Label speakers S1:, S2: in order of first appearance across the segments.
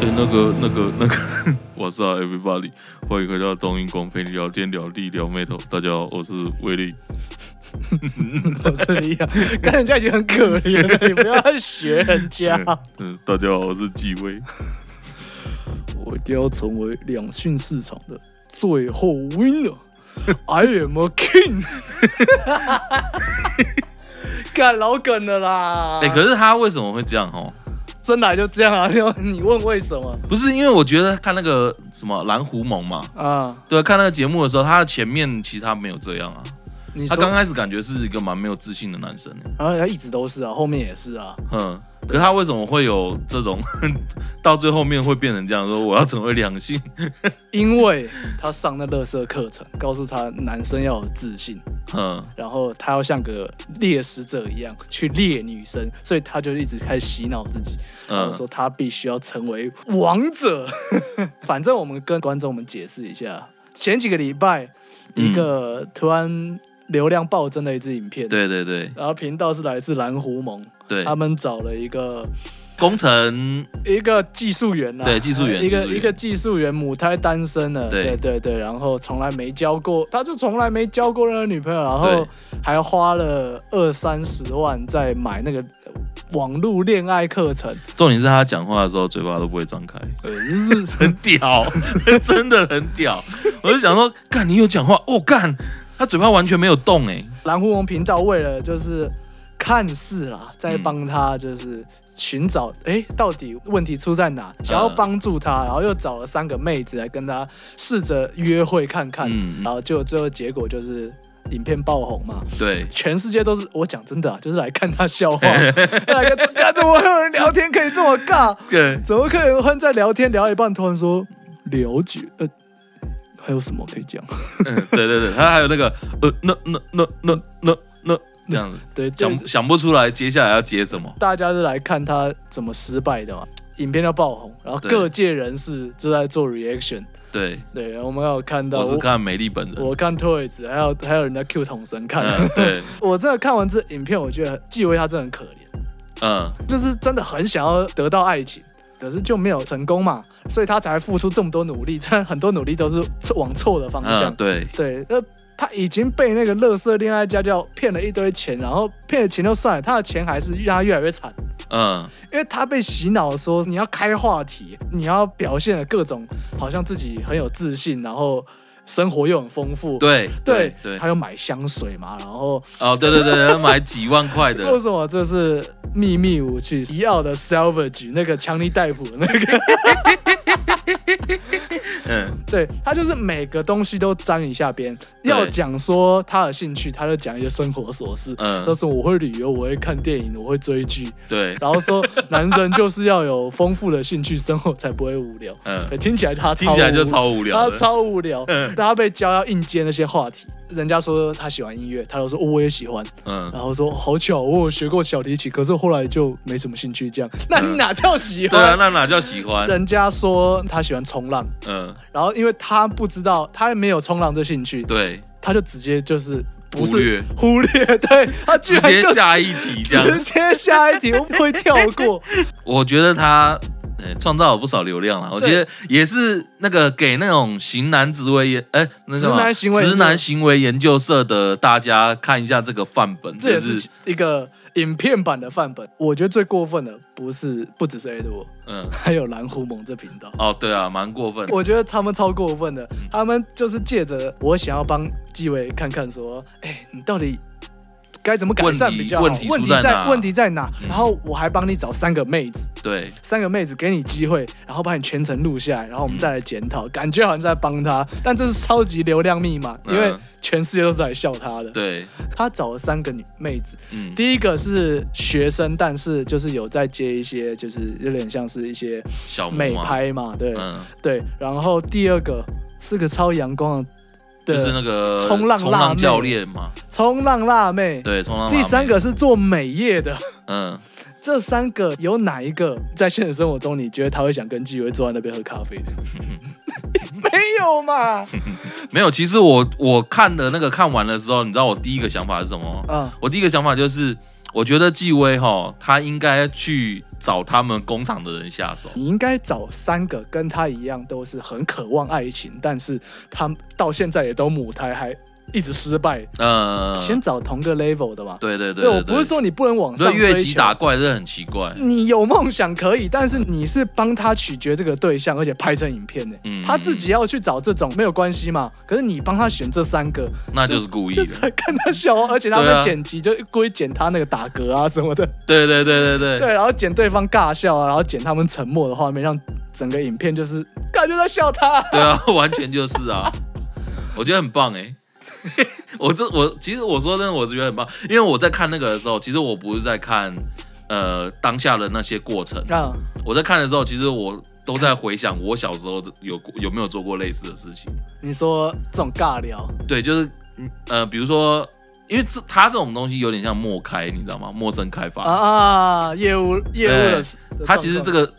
S1: 个、那个、那个， 我是 everybody，欢迎回到东英公陪你聊天、聊地、聊妹头。大家好，我是威力。
S2: 我是你啊， 看人家已经很可怜 了，你不要学人家。啊
S1: 嗯，大家好，我是纪威。
S2: 我一定要成为两性市场的最后 winner。I am a king。干老梗了啦！
S1: 哎、可是他为什么会这样？哦，
S2: 真来就这样啊！ 你问为什么
S1: 不是因为我觉得看那个什么蓝狐盟嘛，
S2: 啊？
S1: 对啊，看那个节目的时候，他的前面其实他没有这样啊。
S2: 你
S1: 他
S2: 说
S1: 刚开始感觉是一个蛮没有自信的男生，欸
S2: 啊，他一直都是啊，后面也是啊。
S1: 哼。可是他为什么会有这种 到最后面会变成这样？说我要成为两性，
S2: 因为他上那乐色课程，告诉他男生要有自信，
S1: 哼。
S2: 然后他要像个猎食者一样去猎女生，所以他就一直开始洗脑自己，
S1: 嗯
S2: 然后说他必须要成为王者。 反正我们跟观众们解释一下，前几个礼拜
S1: 嗯
S2: 一个突然流量暴增的一支影片，
S1: 对对对
S2: 然后频道是来自蓝狐盟，
S1: 对，
S2: 他们找了一个
S1: 工程
S2: 一个技术员啊，
S1: 对技术员
S2: 一个
S1: 技术员
S2: 一个技术员，母胎单身的，
S1: 对
S2: 对对对，然后从来没交过，他就从来没交过任何女朋友，然后
S1: 对
S2: 还花了二三十万在买那个网络恋爱课程，
S1: 重点是他讲话的时候嘴巴都不会张 开，
S2: 呃，就是
S1: 很屌，真的很屌。我就想说，干你有讲话，哦干，他嘴巴完全没有动哎、
S2: 蓝狐王频道为了就是看似啦，在帮他就是寻找，哎、到底问题出在
S1: 嗯
S2: 哪，想要帮助他，然后又找了三个妹子来跟他试着约会看看，
S1: 嗯嗯
S2: 然后就最后结果就是影片爆红嘛。
S1: 对，
S2: 全世界都是我讲真的、啊，就是来看他笑 话，哎来看看怎么会有人聊天可以这么尬，
S1: 对，
S2: 怎么可以有人在聊天聊一半突然说了解，呃，还有什么可以讲？
S1: 嗯，对对对，他还有那个呃，那那那那那那这样 子，
S2: 对，就
S1: 想想不出来接下来要接什么。
S2: 大家是来看他怎么失败的嘛。影片要爆红，然后
S1: 对
S2: 各界人士就在做 reaction。
S1: 对，
S2: 对，然后我们有看到
S1: 我是看美丽本人。
S2: 我看 Toys，还有还有人家 Q 统神看。
S1: 嗯，对，
S2: 我真的看完这影片，我觉得纪薇她真的很可怜，
S1: 嗯，
S2: 就是真的很想要得到爱情，可是就没有成功嘛，所以她才付出这么多努力，但很多努力都是往错的方向。
S1: 嗯，对，
S2: 对，呃，他已经被那个乐色恋爱家教骗了一堆钱，然后骗了钱就算了，他的钱还是让他越来越惨，
S1: 嗯，
S2: 因为他被洗脑说你要开话题，你要表现的各种好像自己很有自信，然后生活又很丰富。
S1: 对，
S2: 对
S1: 对，
S2: 他又买香水嘛，然后
S1: 哦，对对 对，他买几万块的，
S2: 做什么？这是秘密武器，迪奥的 Salvage 那个强尼戴普的那个，
S1: 嗯，
S2: 对他就是每个东西都沾一下边。
S1: 对
S2: 要讲说他的兴趣，他就讲一些生活琐事。
S1: 嗯
S2: 他说我会旅游，我会看电影，我会追剧，
S1: 对，
S2: 然后说男生就是要有丰富的兴趣，生活才不会无聊。
S1: 嗯
S2: 对，听起来他
S1: 听起来就
S2: 无
S1: 超无聊
S2: 他
S1: 的。嗯
S2: 超无聊，他被教要硬接那些话题。人家说他喜欢音乐，他都说、哦我也喜欢，
S1: 嗯，
S2: 然后说好巧，我有学过小提琴，可是后来就没什么兴趣。这样，那你哪叫 喜
S1: 嗯对啊，
S2: 欢？
S1: 那哪叫喜欢？
S2: 人家说他喜欢冲浪，
S1: 嗯，
S2: 然后因为他不知道，他没有冲浪这兴趣，
S1: 对，
S2: 他就直接就是不是
S1: 忽略
S2: 忽略，对他 居
S1: 直
S2: 然
S1: 接
S2: 就
S1: 下一题这样
S2: 直。接下一题，我不会跳 过。
S1: 我觉得他呃创造了不少流量了，我觉得也是那个给那种型男职位研，哎、那个
S2: 直男行为
S1: 直男行为研究社的大家看一下这个范本，
S2: 这也
S1: 就是是
S2: 一个影片版的范本。我觉得最过分的不是不只是 A 的我，
S1: 嗯，
S2: 还有蓝狐盟这频道。
S1: 哦，对啊，蛮过分的，
S2: 我觉得他们超过
S1: 嗯
S2: 分的，他们就是借着我想要帮纪委看看说，哎、你到底该怎么改善
S1: 问题
S2: 比较好？
S1: 问题
S2: 问题
S1: 出在
S2: 在
S1: 哪
S2: 问题在哪？
S1: 嗯
S2: 然后我还帮你找三个妹子，
S1: 对，
S2: 三个妹子给你机会，然后把你全程录下来，然后我们再来检讨，感觉好像在帮他，但这是超级流量密码，因为
S1: 嗯
S2: 全世界都是来笑他的。
S1: 对，
S2: 他找了三个女妹子，
S1: 嗯，
S2: 第一个是学生，但是就是有在接一些，就是有点像是一些
S1: 小
S2: 美
S1: 魔嘛，
S2: 拍嘛，对、
S1: 嗯，
S2: 对。然后第二个是个超阳光的，
S1: 就是那个
S2: 冲浪辣妹
S1: 冲浪教练嘛，
S2: 冲浪辣妹。
S1: 对，冲浪辣妹
S2: 第三，个是做美业的。
S1: 嗯，
S2: 这三个有哪一个在现实生活中你觉得他会想跟纪委坐在那边喝咖 啡？没有嘛？
S1: 没有，其实我我看的那个看完的时候，你知道我第一个想法是什么吗？
S2: 啊，
S1: 我第一个想法就是，我觉得纪威哈，他应该去找他们工厂的人下手。
S2: 你应该找三个跟他一样都是很渴望爱情，但是他到现在也都母胎，还一直失败。
S1: 呃，
S2: 先找同个 level 的嘛。
S1: 对对对
S2: 我不是说你不能往
S1: 所
S2: 上
S1: 以越
S2: 追
S1: 级
S2: 求。嗯
S1: 打怪这很奇怪。
S2: 你有梦想可以，但是你是帮他取决这个对象，而且拍成影片呢、
S1: 嗯
S2: 他自己要去找这种没有关系嘛。可是你帮他选这三个，
S1: 那就是故意
S2: 就
S1: 的
S2: 是。看他笑话，而且他
S1: 嗯对啊
S2: 们剪辑就故意剪他那个打嗝啊什么的，
S1: 对对对 对对，
S2: 对，然后剪对方尬笑啊，然后剪他们沉默的画面，让整个影片就是感觉在笑他。
S1: 对啊， 完全就是啊，我觉得很棒哎、 我这我其实我说真的，我觉得很棒，因为我在看那个的时候，其实我不是在看呃当下的那些过程，
S2: 啊，
S1: 我在看的时候，其实我都在回想我小时候有有没有做过类似的事情。
S2: 你说这种尬聊，
S1: 对，就是嗯呃，比如说，因为这它这种东西有点像陌开，你知道吗？陌生开发，
S2: 啊啊，业务业务的，
S1: 他其实这
S2: 个
S1: 个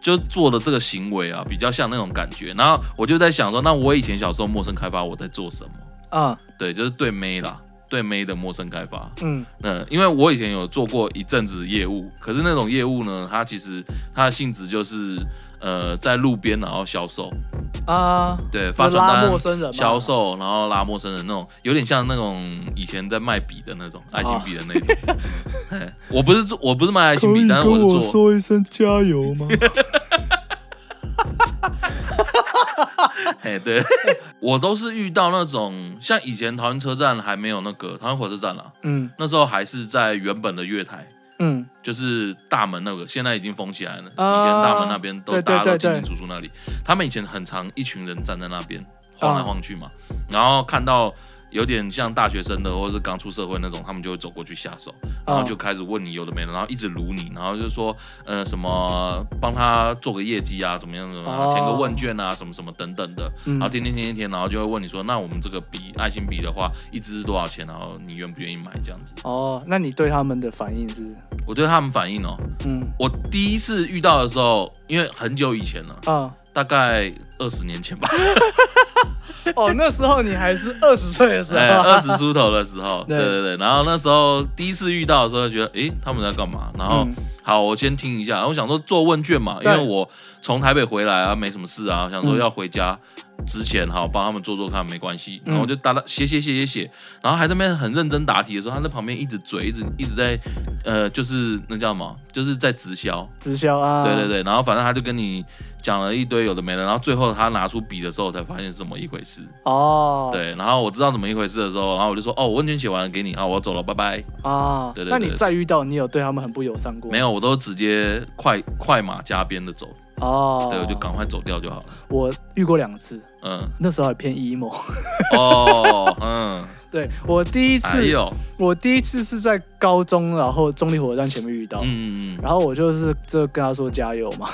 S1: 就做的这个行为啊，比较像那种感觉。然后我就在想说，那我以前小时候陌生开发我在做什么？
S2: 啊，
S1: 对，就是对妹啦，对妹的陌生开发。
S2: 嗯
S1: 嗯，因为我以前有做过一阵子业务，可是那种业务呢，它其实它的性质就是呃在路边然后销售，
S2: 啊，
S1: 对，发传
S2: 拉陌
S1: 单。
S2: 生人嘛
S1: 销售，然后拉陌生人那种，有点像那种以前在卖笔的那
S2: 哦
S1: 种爱心笔的那种。 嘿我不是做，我不是卖爱心笔，但是我是做
S2: 说一声加油吗？
S1: 哎，对， 我都是遇到那种像以前桃园车站还没有那个桃园火车站啦、
S2: 嗯
S1: 那时候还是在原本的月台，
S2: 嗯
S1: 就是大门那个，现在已经封起来了。
S2: 啊
S1: 以前大门那边都
S2: 对对
S1: 大家都
S2: 对
S1: 进
S2: 对
S1: 进出出那里，他们以前很常一群人站在那边晃来晃去嘛，
S2: 啊
S1: 然后看到。有点像大学生的，或者是刚出社会那种，他们就会走过去下手，
S2: 啊
S1: 然后就开始问你有的没的，然后一直撸你，然后就说，呃，什么帮他做个业绩啊，怎么样怎么样，填个
S2: 哦
S1: 问卷啊，什么什么等等的，
S2: 嗯
S1: 然后天天天天天，然后就会问你说，那我们这个笔爱心笔的话，一支是多少钱？然后你愿不愿意买这样子？
S2: 哦，那你对他们的反应是
S1: 我对他们反应哦，
S2: 嗯
S1: 我第一次遇到的时候，因为很久以前了，
S2: 啊
S1: 大概二十年 前吧，
S2: 哦，那时候你还是二十岁的时候
S1: 哎，二十出头的时候，对
S2: 对
S1: 对对。然后那时候第一次遇到的时候，觉得诶，他们在干嘛？然后、
S2: 嗯
S1: 好，我先听一下，我想说做问卷嘛，因
S2: 对
S1: 为我从台北回来啊，没什么事啊，想说
S2: 嗯
S1: 要回家。之前好帮他们做做看没关系，
S2: 嗯
S1: 然后我就打打写写写写写，然后还在那边很认真答题的时候，他在旁边一直嘴，一直一直在，呃，就是那叫什么，就是在直销，
S2: 直销啊，
S1: 对对对，然后反正他就跟你讲了一堆有的没的，然后最后他拿出笔的时候，我才发现是怎么一回事。
S2: 哦，
S1: 对，然后我知道怎么一回事的时候，然后我就说，哦，我问卷写完了给你，好，我走了，拜拜。
S2: 啊
S1: 对对，对
S2: 那你再遇到你有对他们很不友善过吗
S1: 没有，我都直接快快马加鞭的走，
S2: 哦，
S1: 对，我就赶快走掉就好了。
S2: 我遇过两次，
S1: 嗯，
S2: 那时候还偏 emo。
S1: 哦，嗯，哎
S2: 对我第一
S1: 还
S2: 次，
S1: 有，
S2: 我第一次是在高中，然后中立火车站前面遇到，
S1: 嗯嗯
S2: 然后我就是就跟他说加油 嘛，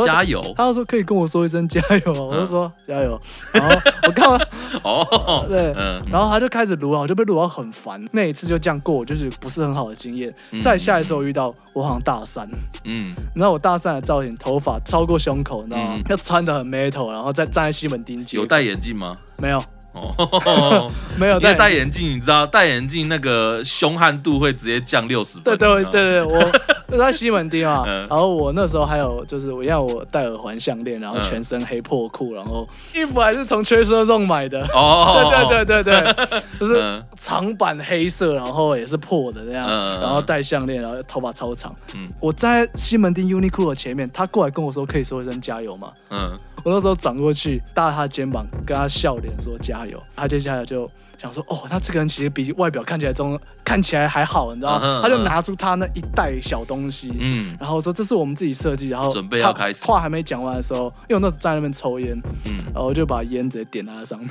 S1: 嗯，
S2: 说
S1: 加油嗯
S2: 他就说可以跟我说一声加油吗，我就说加油，然后我看到
S1: 哦，
S2: 对。
S1: 嗯，
S2: 然后他就开始撸啊，我就被撸到很烦。那一次就这样过，就是不是很好的经验。再下一次我遇到，我好像大三，
S1: 嗯，
S2: 你知道我大三的造型，头发超过胸口，你知道吗
S1: 嗯？
S2: 要穿的很 metal，然后再站在西门町街。
S1: 有戴眼镜吗？
S2: 没有？
S1: 哦，
S2: 没 有
S1: 因为
S2: 戴
S1: 戴眼镜，你知道戴眼镜那个凶悍度会直接降六十分。
S2: 对
S1: 你
S2: 对
S1: 知道吗
S2: 对，对，我 我在西门町嘛，
S1: 嗯
S2: 然后我那时候还有就是我要我戴耳环项链，然后
S1: 嗯
S2: 全身黑破裤，然后衣服还是从缺车送买的，
S1: 哦，
S2: 对对对对 对，就是
S1: 嗯
S2: 长版黑色，然后也是破的那
S1: 嗯
S2: 样，
S1: 嗯嗯
S2: 然后戴项链，然后头发超长。
S1: 嗯
S2: 我站在西门町 Uniqlo 前面，他过来跟我说可以说一声加油吗？
S1: 嗯。
S2: 我那时候转过去搭他肩膀，跟他笑脸说加油，他接下来就想说，哦，他这个人其实比外表看起来中看起来还好，你知道
S1: 嗯哼
S2: 吗？他就
S1: 嗯
S2: 拿出他那一袋小东西，
S1: 嗯
S2: 然后说这是我们自己设计，然后
S1: 准备要
S2: 他
S1: 开始
S2: 话还没讲完的时候，因为我那时候站在那边抽烟，
S1: 嗯，
S2: 然后我就把烟直接点在他上 面，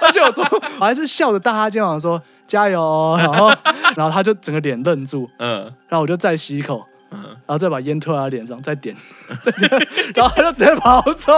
S2: 而且我从我还是笑着搭他肩膀说加油 哦，然后然后他就整个脸愣住，
S1: 嗯
S2: 然后我就再吸一口，
S1: 嗯，
S2: 然后再把烟推到他脸上，再点， 然后他就直接跑走。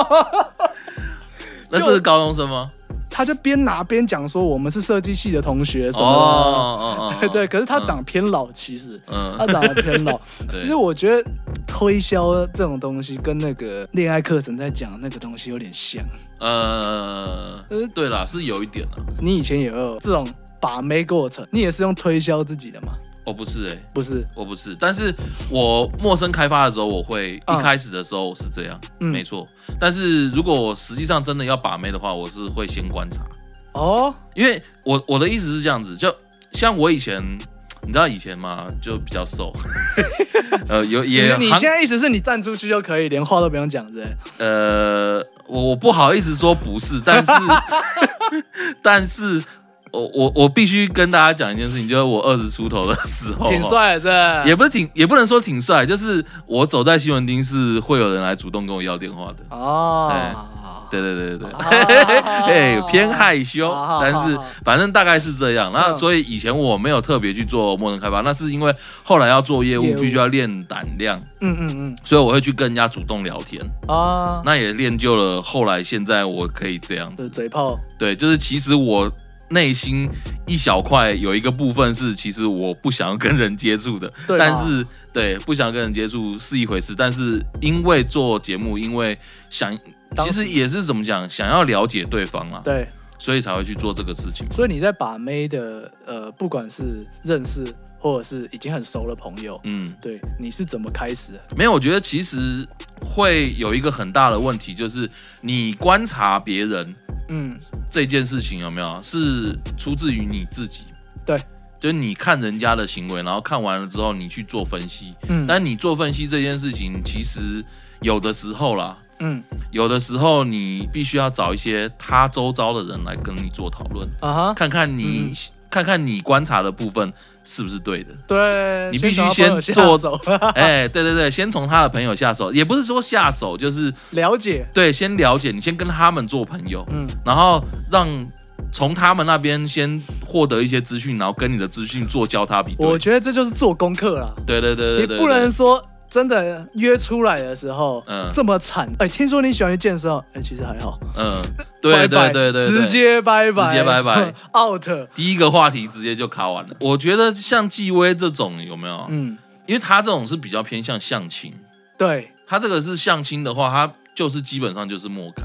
S1: 那
S2: 就是
S1: 高中生吗？
S2: 他就边拿边讲说我们是设计系的同学什么
S1: 哦
S2: 的， 对啊对。可是他长偏老，其实
S1: 嗯，
S2: 他长得偏老。
S1: 对
S2: 哦其实，我觉得推销这种东西跟那个恋爱课程在讲那个东西有点像。
S1: 呃，对啦，是有一点啦，
S2: 你以前也有这种把妹过程，你也是用推销自己的吗？
S1: 我不是哎、欸，
S2: 不是，
S1: 我不是，但是我陌生开发的时候，我会
S2: 嗯
S1: 一开始的时候是这样，
S2: 嗯
S1: 没错。但是如果我实际上真的要把妹的话，我是会先观察，
S2: 哦，
S1: 因为我我的意思是这样子，就像我以前，你知道以前嘛，就比较 瘦，呃，有
S2: 你
S1: 也
S2: 你
S1: 行
S2: 现在意思是你站出去就可以，连话都不用讲，对不对？
S1: 呃，我我不好意思说不是，但 是但是我我我必须跟大家讲一件事情，就是我二十出头的时候，啊
S2: 挺帅啊的，
S1: 哦也
S2: 是
S1: 不是挺，也不能说挺帅，就是我走在西门町是会有人来主动跟我要电话的。
S2: 哦，
S1: 对对对对
S2: 啊
S1: 对， 哎，偏害羞
S2: 啊，
S1: 但是
S2: 啊
S1: 反正大概是这样。那
S2: 嗯
S1: 所以以前我没有特别去做陌生开发，那是因为后来要做业
S2: 业
S1: 务
S2: 务
S1: 必须要练胆量，
S2: 嗯嗯
S1: 所以我会去跟人家主动聊天。
S2: 嗯，啊，
S1: 那也练就了后来现在我可以这样
S2: 就
S1: 子
S2: 是。嘴炮，
S1: 对，就是其实我内心一小块有一个部分是，其实我不想要跟人接触的，
S2: 对啊吧
S1: 但是对不想跟人接触是一回事，但是因为做节目，因为想，
S2: 当
S1: 其
S2: 时
S1: 实也是怎么讲，想要了解对方啦，
S2: 对，
S1: 所以才会去做这个事情。
S2: 所以你在把妹的呃，不管是认识或者是已经很熟的朋友，
S1: 嗯，
S2: 对，你是怎么开始的？
S1: 没有，我觉得其实会有一个很大的问题，就是你观察别人
S2: 嗯，
S1: 这件事情有没有是出自于你自己？
S2: 对，
S1: 就是你看人家的行为，然后看完了之后你去做分析。
S2: 嗯
S1: 但你做分析这件事情，其实有的时候啦，
S2: 嗯
S1: 有的时候你必须要找一些他周遭的人来跟你做讨论，
S2: 啊哈，
S1: 看看你、
S2: 嗯
S1: 看看你观察的部分是不是对的。
S2: 对，
S1: 你必须
S2: 找
S1: 先
S2: 朋友下
S1: 做
S2: 手
S1: 哎，对对对，先从他的朋友下手，也不是说下手，就是
S2: 了解，
S1: 对，先了解，你先跟他们做朋友，
S2: 嗯，
S1: 然后让从他们那边先获得一些资讯，然后跟你的资讯做交叉比
S2: 我
S1: 对。
S2: 觉得这就是做功课啦，
S1: 对对对对对，
S2: 你不能
S1: 对
S2: 说。真的约出来的时候，
S1: 嗯
S2: 这么惨。哎、听说你喜欢去健身哦，哎、其实还好。
S1: 嗯，对
S2: 拜
S1: 对
S2: 拜
S1: 对对，对
S2: 直接拜拜，
S1: 直接拜拜
S2: ，out。
S1: 第一个话题直接就卡完了。我觉得像纪薇这种有没有？
S2: 嗯，
S1: 因为他这种是比较偏向相亲，
S2: 对
S1: 他这个是相亲的话，他就是基本上就是默开。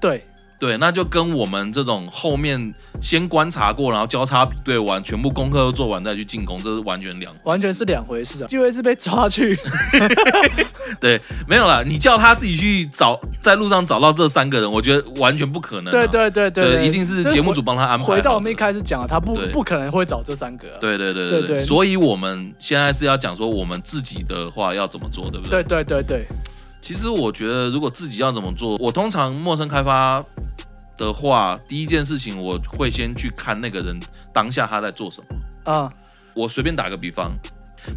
S2: 对，
S1: 对，那就跟我们这种后面先观察过，然后交叉比对完，全部功课都做完再去进攻，这是完全两回事
S2: 完全是两回事啊。纪薇是被抓 去，
S1: 对，没有啦，你叫他自己去找，在路上找到这三个人，我觉得完全不可能、啊。
S2: 对对对
S1: 对一定是节目
S2: 组。
S1: 组帮他安排好的。
S2: 回到我们一开始讲的，他不
S1: 对
S2: 不可能会找这三个啊。
S1: 对对对
S2: 对
S1: 对
S2: 对
S1: 对，所以我们现在是要讲说我们自己的话要怎么做，对不对？
S2: 对对对对，
S1: 其实我觉得，如果自己要怎么做，我通常陌生开发的话，第一件事情我会先去看那个人当下他在做什么。
S2: 啊
S1: 我随便打个比方，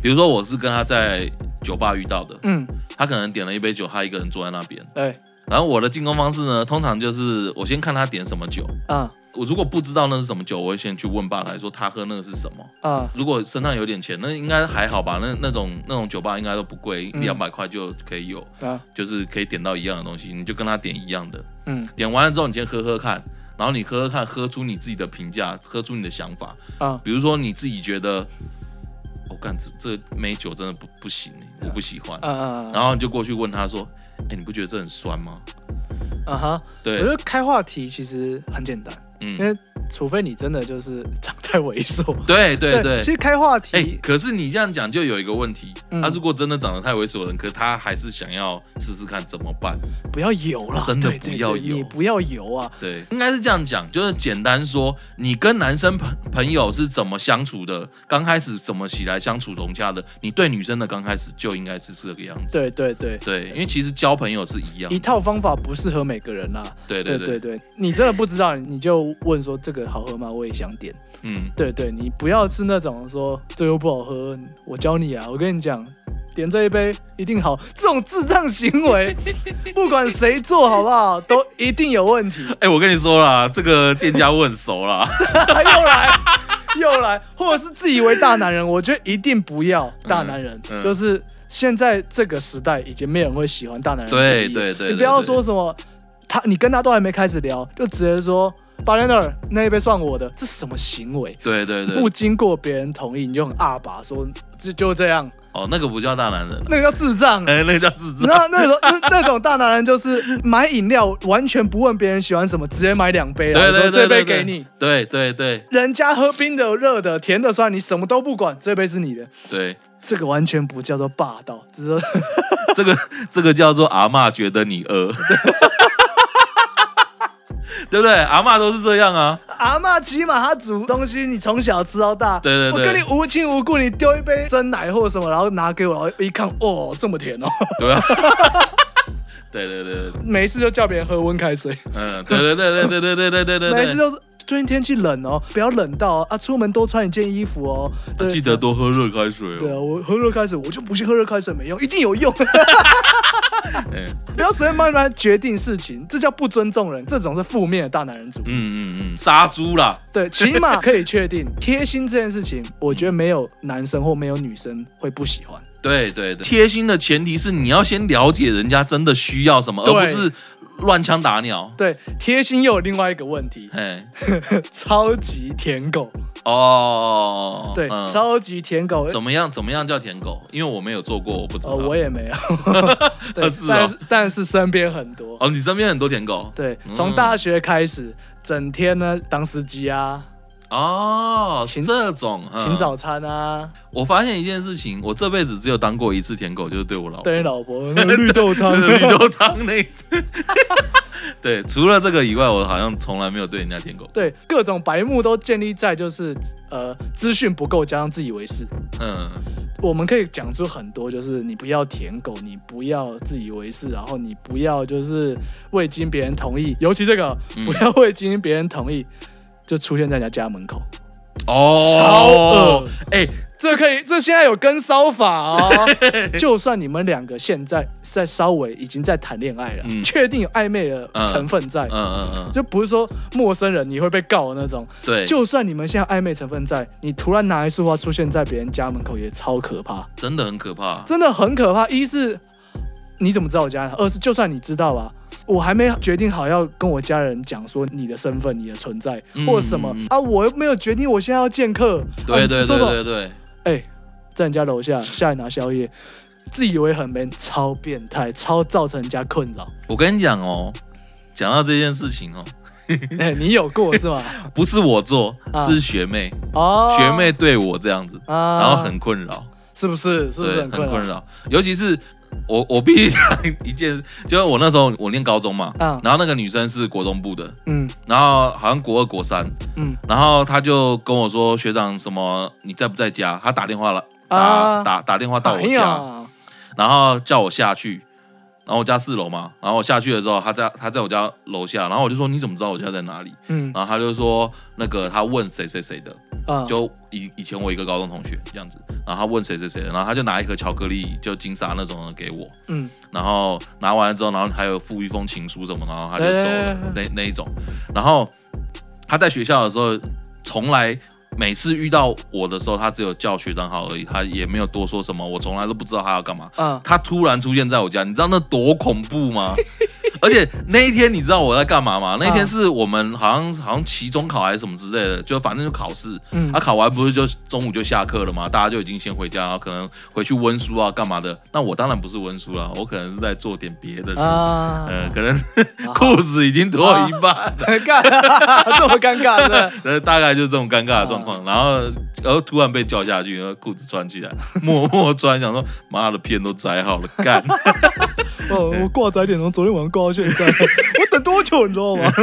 S1: 比如说我是跟他在酒吧遇到的，
S2: 嗯，哎
S1: 他可能点了一杯酒，他一个人坐在那边。
S2: 对，
S1: 然后我的进攻方式呢，通常就是我先看他点什么酒。
S2: 啊
S1: 我如果不知道那是什么酒，我会先去问吧台说他喝那个是什么。
S2: 啊
S1: 如果身上有点钱，那应该还好吧？那那种那种酒吧应该都不贵，
S2: 嗯
S1: 两百块就可以有。
S2: 啊，
S1: 就是可以点到一样的东西，你就跟他点一样的。
S2: 嗯
S1: 点完了之后，你先喝喝看，然后你喝喝看，喝出你自己的评价，喝出你的想法。
S2: 啊，
S1: 比如说你自己觉得，我、干这这美酒真的不不行，我不喜欢。
S2: 啊啊，
S1: 然后你就过去问他说：“哎、你不觉得这很酸吗
S2: 啊哈，？”我
S1: 对
S2: 觉，得开话题其实很简单，因
S1: 嗯，
S2: 为除非你真的就是长太猥琐。
S1: 对对对
S2: 其。实开话
S1: 哎、
S2: 题，
S1: 可是你这样讲就有一个问题，
S2: 嗯
S1: 他如果真的长得太猥琐了，可他还是想要试试看怎么办？
S2: 不要油了，
S1: 真的
S2: 对对
S1: 不要
S2: 对
S1: 油
S2: 你不要油啊，
S1: 对，应该是这样讲，就是简单说，你跟男生朋朋友是怎么相处的，刚开始怎么起来相处融洽的，你对女生的刚开始就应该是这个样子。
S2: 对对对。
S1: 对，因为其实交朋友是一样
S2: 一。套方法不适合每个人啦、
S1: 对
S2: 对
S1: 对
S2: 对
S1: 对，
S2: 对，你真的不知道，你就问说这个好喝吗？我也想点。
S1: 嗯，
S2: 对对，你不要是那种说这又不好喝，我教你啊！我跟你讲，点这一杯一定好，这种智障行为，不管谁做好不好，都一定有问题。
S1: 哎、我跟你说啦，这个店家我很熟啦。
S2: 哎又来又来，或者是自以为大男人，我觉得一定不要大男人，
S1: 嗯嗯
S2: 就是现在这个时代已经没有人会喜欢大男人主
S1: 对
S2: 义
S1: 对对
S2: 你
S1: 对
S2: 不要
S1: 对
S2: 说什么他，你跟他都还没开始聊，就直接说 bartender 那一杯算我的，这什么行为？
S1: 对对对
S2: 不，经过别人同意你就很阿爸说这就这样，
S1: 哦，那个不叫大男人啊，
S2: 那个叫智 障。
S1: 哎，那个叫智
S2: 然
S1: 障。
S2: 后那种那那种大男人就是买饮料完全不问别人喜欢什么，直接买两杯，然
S1: 对
S2: 后说
S1: 对对，
S2: 这杯
S1: 对
S2: 给你。。
S1: 对对对
S2: 人家喝冰的、热的、甜的、酸的，你什么都不管，这杯是你的。
S1: 对，
S2: 这个完全不叫做霸道，只是说
S1: 这个这个叫做阿嬷觉得你饿， 对不对？阿嬷都是这样啊。
S2: 阿嬷起码她煮东西，你从小吃到大。
S1: 对对对
S2: 我跟你无亲无故，你丢一杯真奶或什么，然后拿给我，然后一看，哦，这么甜哦，
S1: 对啊， 对对对，对
S2: 没事就叫别人喝温开水，
S1: 嗯，对对对对对对对对对
S2: 没事
S1: 对
S2: 就是最近天气冷哦，不要冷到哦啊，出门多穿一件衣服哦。
S1: 对，
S2: 对
S1: 啊记得多喝热开水
S2: 对
S1: 哦。
S2: 啊，我喝热开水，我就不信喝热开水没用，一定有用。
S1: 哎
S2: 不要随便慢慢决定事情，这叫不尊重人，这种是负面的大男人主义。
S1: 嗯嗯嗯，杀猪啦，
S2: 对，起码可以确定贴心这件事情，我觉得没有男生或没有女生会不喜欢。
S1: 对对对，贴心的前提是你要先了解人家真的需要什么，而不
S2: 对
S1: 是乱枪打鸟。
S2: 对，贴心又有另外一个 问题，
S1: 哎，
S2: 超级舔狗。
S1: 哦，
S2: 对，
S1: 嗯
S2: 超级舔狗。
S1: 怎么样？怎么样叫舔狗？因为我没有做过，我不知道。
S2: 呃，我也 没有。对，
S1: 是哦
S2: 但是但是身边很多。
S1: 哦，你身边很多舔狗
S2: 对，
S1: 嗯
S2: 从大学开始，整天呢当司机啊，
S1: 哦，
S2: 请
S1: 这种嗯哦
S2: 请早餐啊，
S1: 我发现一件事情，我这辈子只有当过一次舔狗，就是对我老婆。
S2: 对你老婆那个绿豆汤，
S1: 就是绿豆汤那一次。 对，除了这个以外，我好像从来没有对人家舔狗。
S2: 对，各种白目都建立在就是呃资讯不够加上自以为是。
S1: 嗯，
S2: 我们可以讲出很多，就是你不要舔狗，你不要自以为是，然后你不要就是未经别人同意，尤其这个
S1: 嗯
S2: 不要未经别人同意就出现在人家家门口，
S1: 哦，
S2: 超恶。
S1: 哎、
S2: 这可以，这现在有跟骚法 哦。就算你们两个现在在稍微已经在谈恋爱了，
S1: 嗯
S2: 确定有暧昧的成分在，
S1: 嗯嗯嗯，
S2: 就不是说陌生人你会被告的那种，
S1: 对，就
S2: 就算你们现在暧昧成分在，你突然拿一束花出现在别人家门口，也超可怕，
S1: 真的很可怕。
S2: 真的很可怕。一是你怎么知道我家人？二是就算你知道吧，我还没决定好要跟我家人讲说你的身份、你的存在
S1: 嗯
S2: 或什么啊，我又没有决定我现在要见客。啊
S1: 对
S2: 你就
S1: 对对
S2: 说什
S1: 对
S2: 么
S1: 对，
S2: 哎、在人家楼下下来拿宵夜，自以为很 man，超变态，超造成人家困 扰。
S1: 我跟你讲哦，讲到这件事情哦，
S2: 哎、你有 过是吗？
S1: 不是我做，
S2: 啊
S1: 是学妹，
S2: 哦，
S1: 学妹对我这样子，
S2: 啊，
S1: 然后很困扰，
S2: 是不是？是不是
S1: 对，
S2: 很
S1: 很
S2: 困扰？
S1: 困扰，尤其是。我 我必须讲一件，就是我那时候我念高中嘛，
S2: 嗯
S1: 然后那个女生是国中部的，
S2: 嗯
S1: 然后好像国二国三，
S2: 嗯
S1: 然后他就跟我说：“学长，什么你在不在家？”他打电话了，打、
S2: 啊
S1: 打打电话到我
S2: 哎
S1: 家，
S2: 呀
S1: 然后叫我下去。然后我家四楼嘛，然后我下去的时候，他在他在我家楼下，然后我就说：“你怎么知道我家在哪里
S2: 嗯？”
S1: 然后他就说：“那个他问谁谁谁的，
S2: 啊，
S1: 就以以前我一个高中同学这样子。”然后他问谁谁谁的，然后他就拿一盒巧克力，就金沙那种的给我。
S2: 嗯
S1: 然后拿完了之后，然后还有附一封情书什么，然后他就走了
S2: 哎
S1: 那那一种。然后他在学校的时候，从来每次遇到我的时候，他只有叫学长好而已，他也没有多说什么，我从来都不知道他要干嘛。
S2: 啊，
S1: 他突然出现在我家，你知道那多恐怖吗？ 而且那一天你知道我在干嘛吗？那一天
S2: 嗯
S1: 是我们好像好像期中考还是什么之类的，就反正就考试。啊
S2: 嗯
S1: 他、考完不是就中午就下课了吗？大家就已经先回家，然后可能回去温书啊干嘛的。那我当然不是温书啦，我可能是在做点别的。
S2: 啊，
S1: 呃，可能 裤子已经脱了一半，
S2: 很尬， 这么尴尬的，
S1: 呃，大概就是这种尴尬的状况。
S2: 啊
S1: 然后，然后突然被叫下去，然后裤子穿起来，默默穿，想说妈的片都摘好了，干。
S2: 哦，我挂载点从昨天晚上挂到现在，我等多久你知道吗？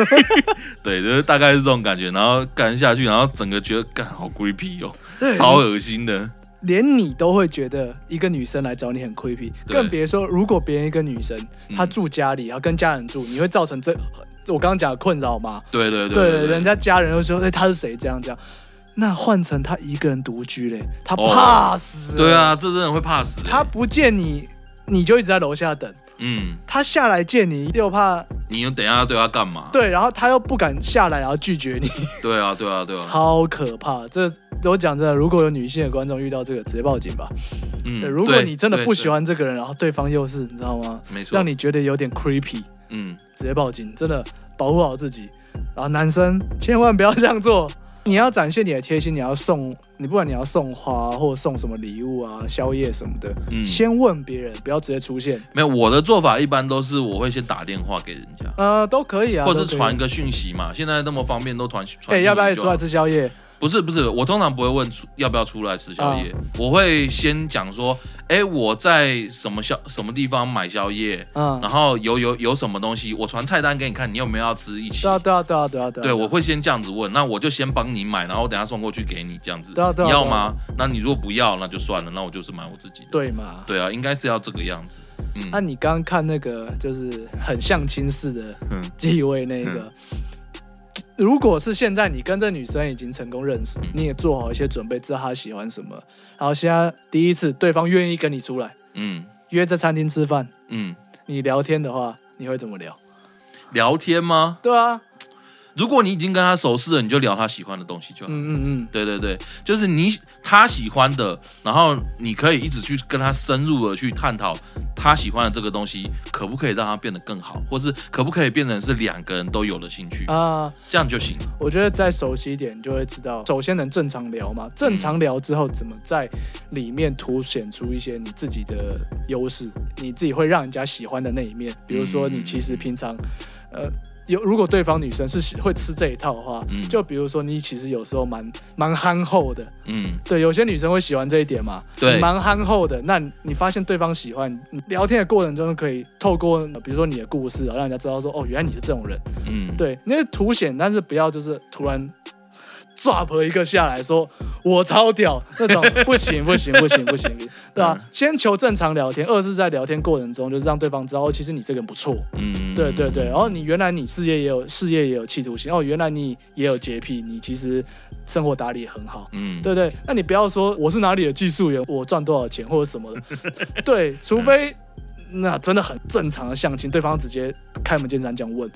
S1: 对，就是大概是这种感觉，然后干下去，然后整个觉得干好 creepy 哦，
S2: 对
S1: 超恶心的。
S2: 连你都会觉得一个女生来找你很 creepy，
S1: 对
S2: 更别说如果别人一个女生
S1: 嗯
S2: 她住家里，然后跟家人住，你会造成这我刚刚讲的困扰吗？
S1: 对对对
S2: 对，人家家人会说，哎，她是谁？这样这样。那换成她一个人独居嘞，她
S1: 哦
S2: 怕死。欸
S1: 对，啊，这真的会怕死欸。
S2: 她不见你，你就一直在楼下等。
S1: 嗯，
S2: 她下来见你，又怕
S1: 你又等一下要对他干嘛？
S2: 对，然后他又不敢下来，然后拒绝你，
S1: 对啊，对啊，对啊。
S2: 超可怕。这我讲真的，如果有女性的观众遇到这个，直接报警吧。
S1: 嗯
S2: 对，如果
S1: 对
S2: 你真的
S1: 对
S2: 不喜
S1: 对
S2: 欢这个人，然后对方又是你知道吗？
S1: 没错，
S2: 让你觉得有点 creepy，
S1: 嗯，
S2: 直接报警，真的保护好自己。然后男生千万不要这样做， 你要展现你的贴心，你要送，你不管你要送花或者送什么礼物啊、宵夜什么的，
S1: 嗯，
S2: 先问别人，不要直接出现。
S1: 没有，我的做法一般都是我会先打电话给人家，
S2: 呃，都可以啊，
S1: 或者
S2: 都可
S1: 是
S2: 以
S1: 传。个讯息嘛。现在那么方便，都传
S2: 哎、
S1: 传。
S2: 要不要一起出来？吃宵夜？
S1: 不是不是，我通常不会问出要不要出来吃宵夜，
S2: 啊
S1: 我会先讲说，哎，我在什么宵什么地方买宵夜，
S2: 嗯，
S1: 然后有有有什么东西，我传菜单给你看，你有没有要吃一起
S2: 对？啊，对啊，对啊，对啊，对啊。
S1: 对，我会先这样子问，那我就先帮你买，然后我等下送过去给你这样子，
S2: 对啊对啊
S1: 你要
S2: 对啊
S1: 吗？那你如果不要，那就算了，那我就是买我自己的。
S2: 对嘛？
S1: 对啊，应该是要这个样子。嗯，
S2: 那、你刚刚看那个就是很相亲似的
S1: 嗯
S2: 地位那个，如果是现在你跟这女生已经成功认识，你也做好一些准备，知道她喜欢什么，然后现在第一次对方愿意跟你出来
S1: 嗯
S2: 约在餐厅吃饭，
S1: 嗯，
S2: 你聊天的话，你会怎么聊？
S1: 聊天吗？
S2: 对啊，
S1: 如果你已经跟他熟识了，你就聊他喜欢的东西就好。
S2: 嗯嗯
S1: 对对对，就是你他喜欢的，然后你可以一直去跟他深入的去探讨他喜欢的这个东西，可不可以让他变得更好，或是可不可以变成是两个人都有的兴趣，
S2: 嗯啊，
S1: 这样就行。
S2: 我觉得再熟悉一点，你就会知道，首先能正常聊
S1: 嗯
S2: 嘛，正常聊之后，怎么在里面凸显出一些你自己的优势，你自己会让人家喜欢的那一面，比如说你其实平常，呃。有，如果对方女生是喜会吃这一套的话，
S1: 嗯
S2: 就比如说你其实有时候蛮蛮憨厚的，
S1: 嗯，
S2: 对，有些女生会喜欢这一点嘛，
S1: 对
S2: 你蛮憨厚的。那你你发现对方喜欢，你聊天的过程中可以透过呃比如说你的故事啊，让人家知道说哦，原来你是这种人，
S1: 嗯，
S2: 对，那个凸显，但是不要就是突然 drop 一个下来说我超屌那种，不行不行不行不行，对吧、先求正常聊天，二是在聊天过程中就是让对方知道，哦，其实你这个人不错，
S1: 嗯，
S2: 对对对，然后你原来你事业也有事业也有企图心，哦，原来你也有洁癖，你其实生活打理也很好。
S1: 嗯，
S2: 对对，那你不要说我是哪里的技术员，我赚多少钱或者什么的，对，除非那真的很正常的相亲，对方直接开门见山这样问，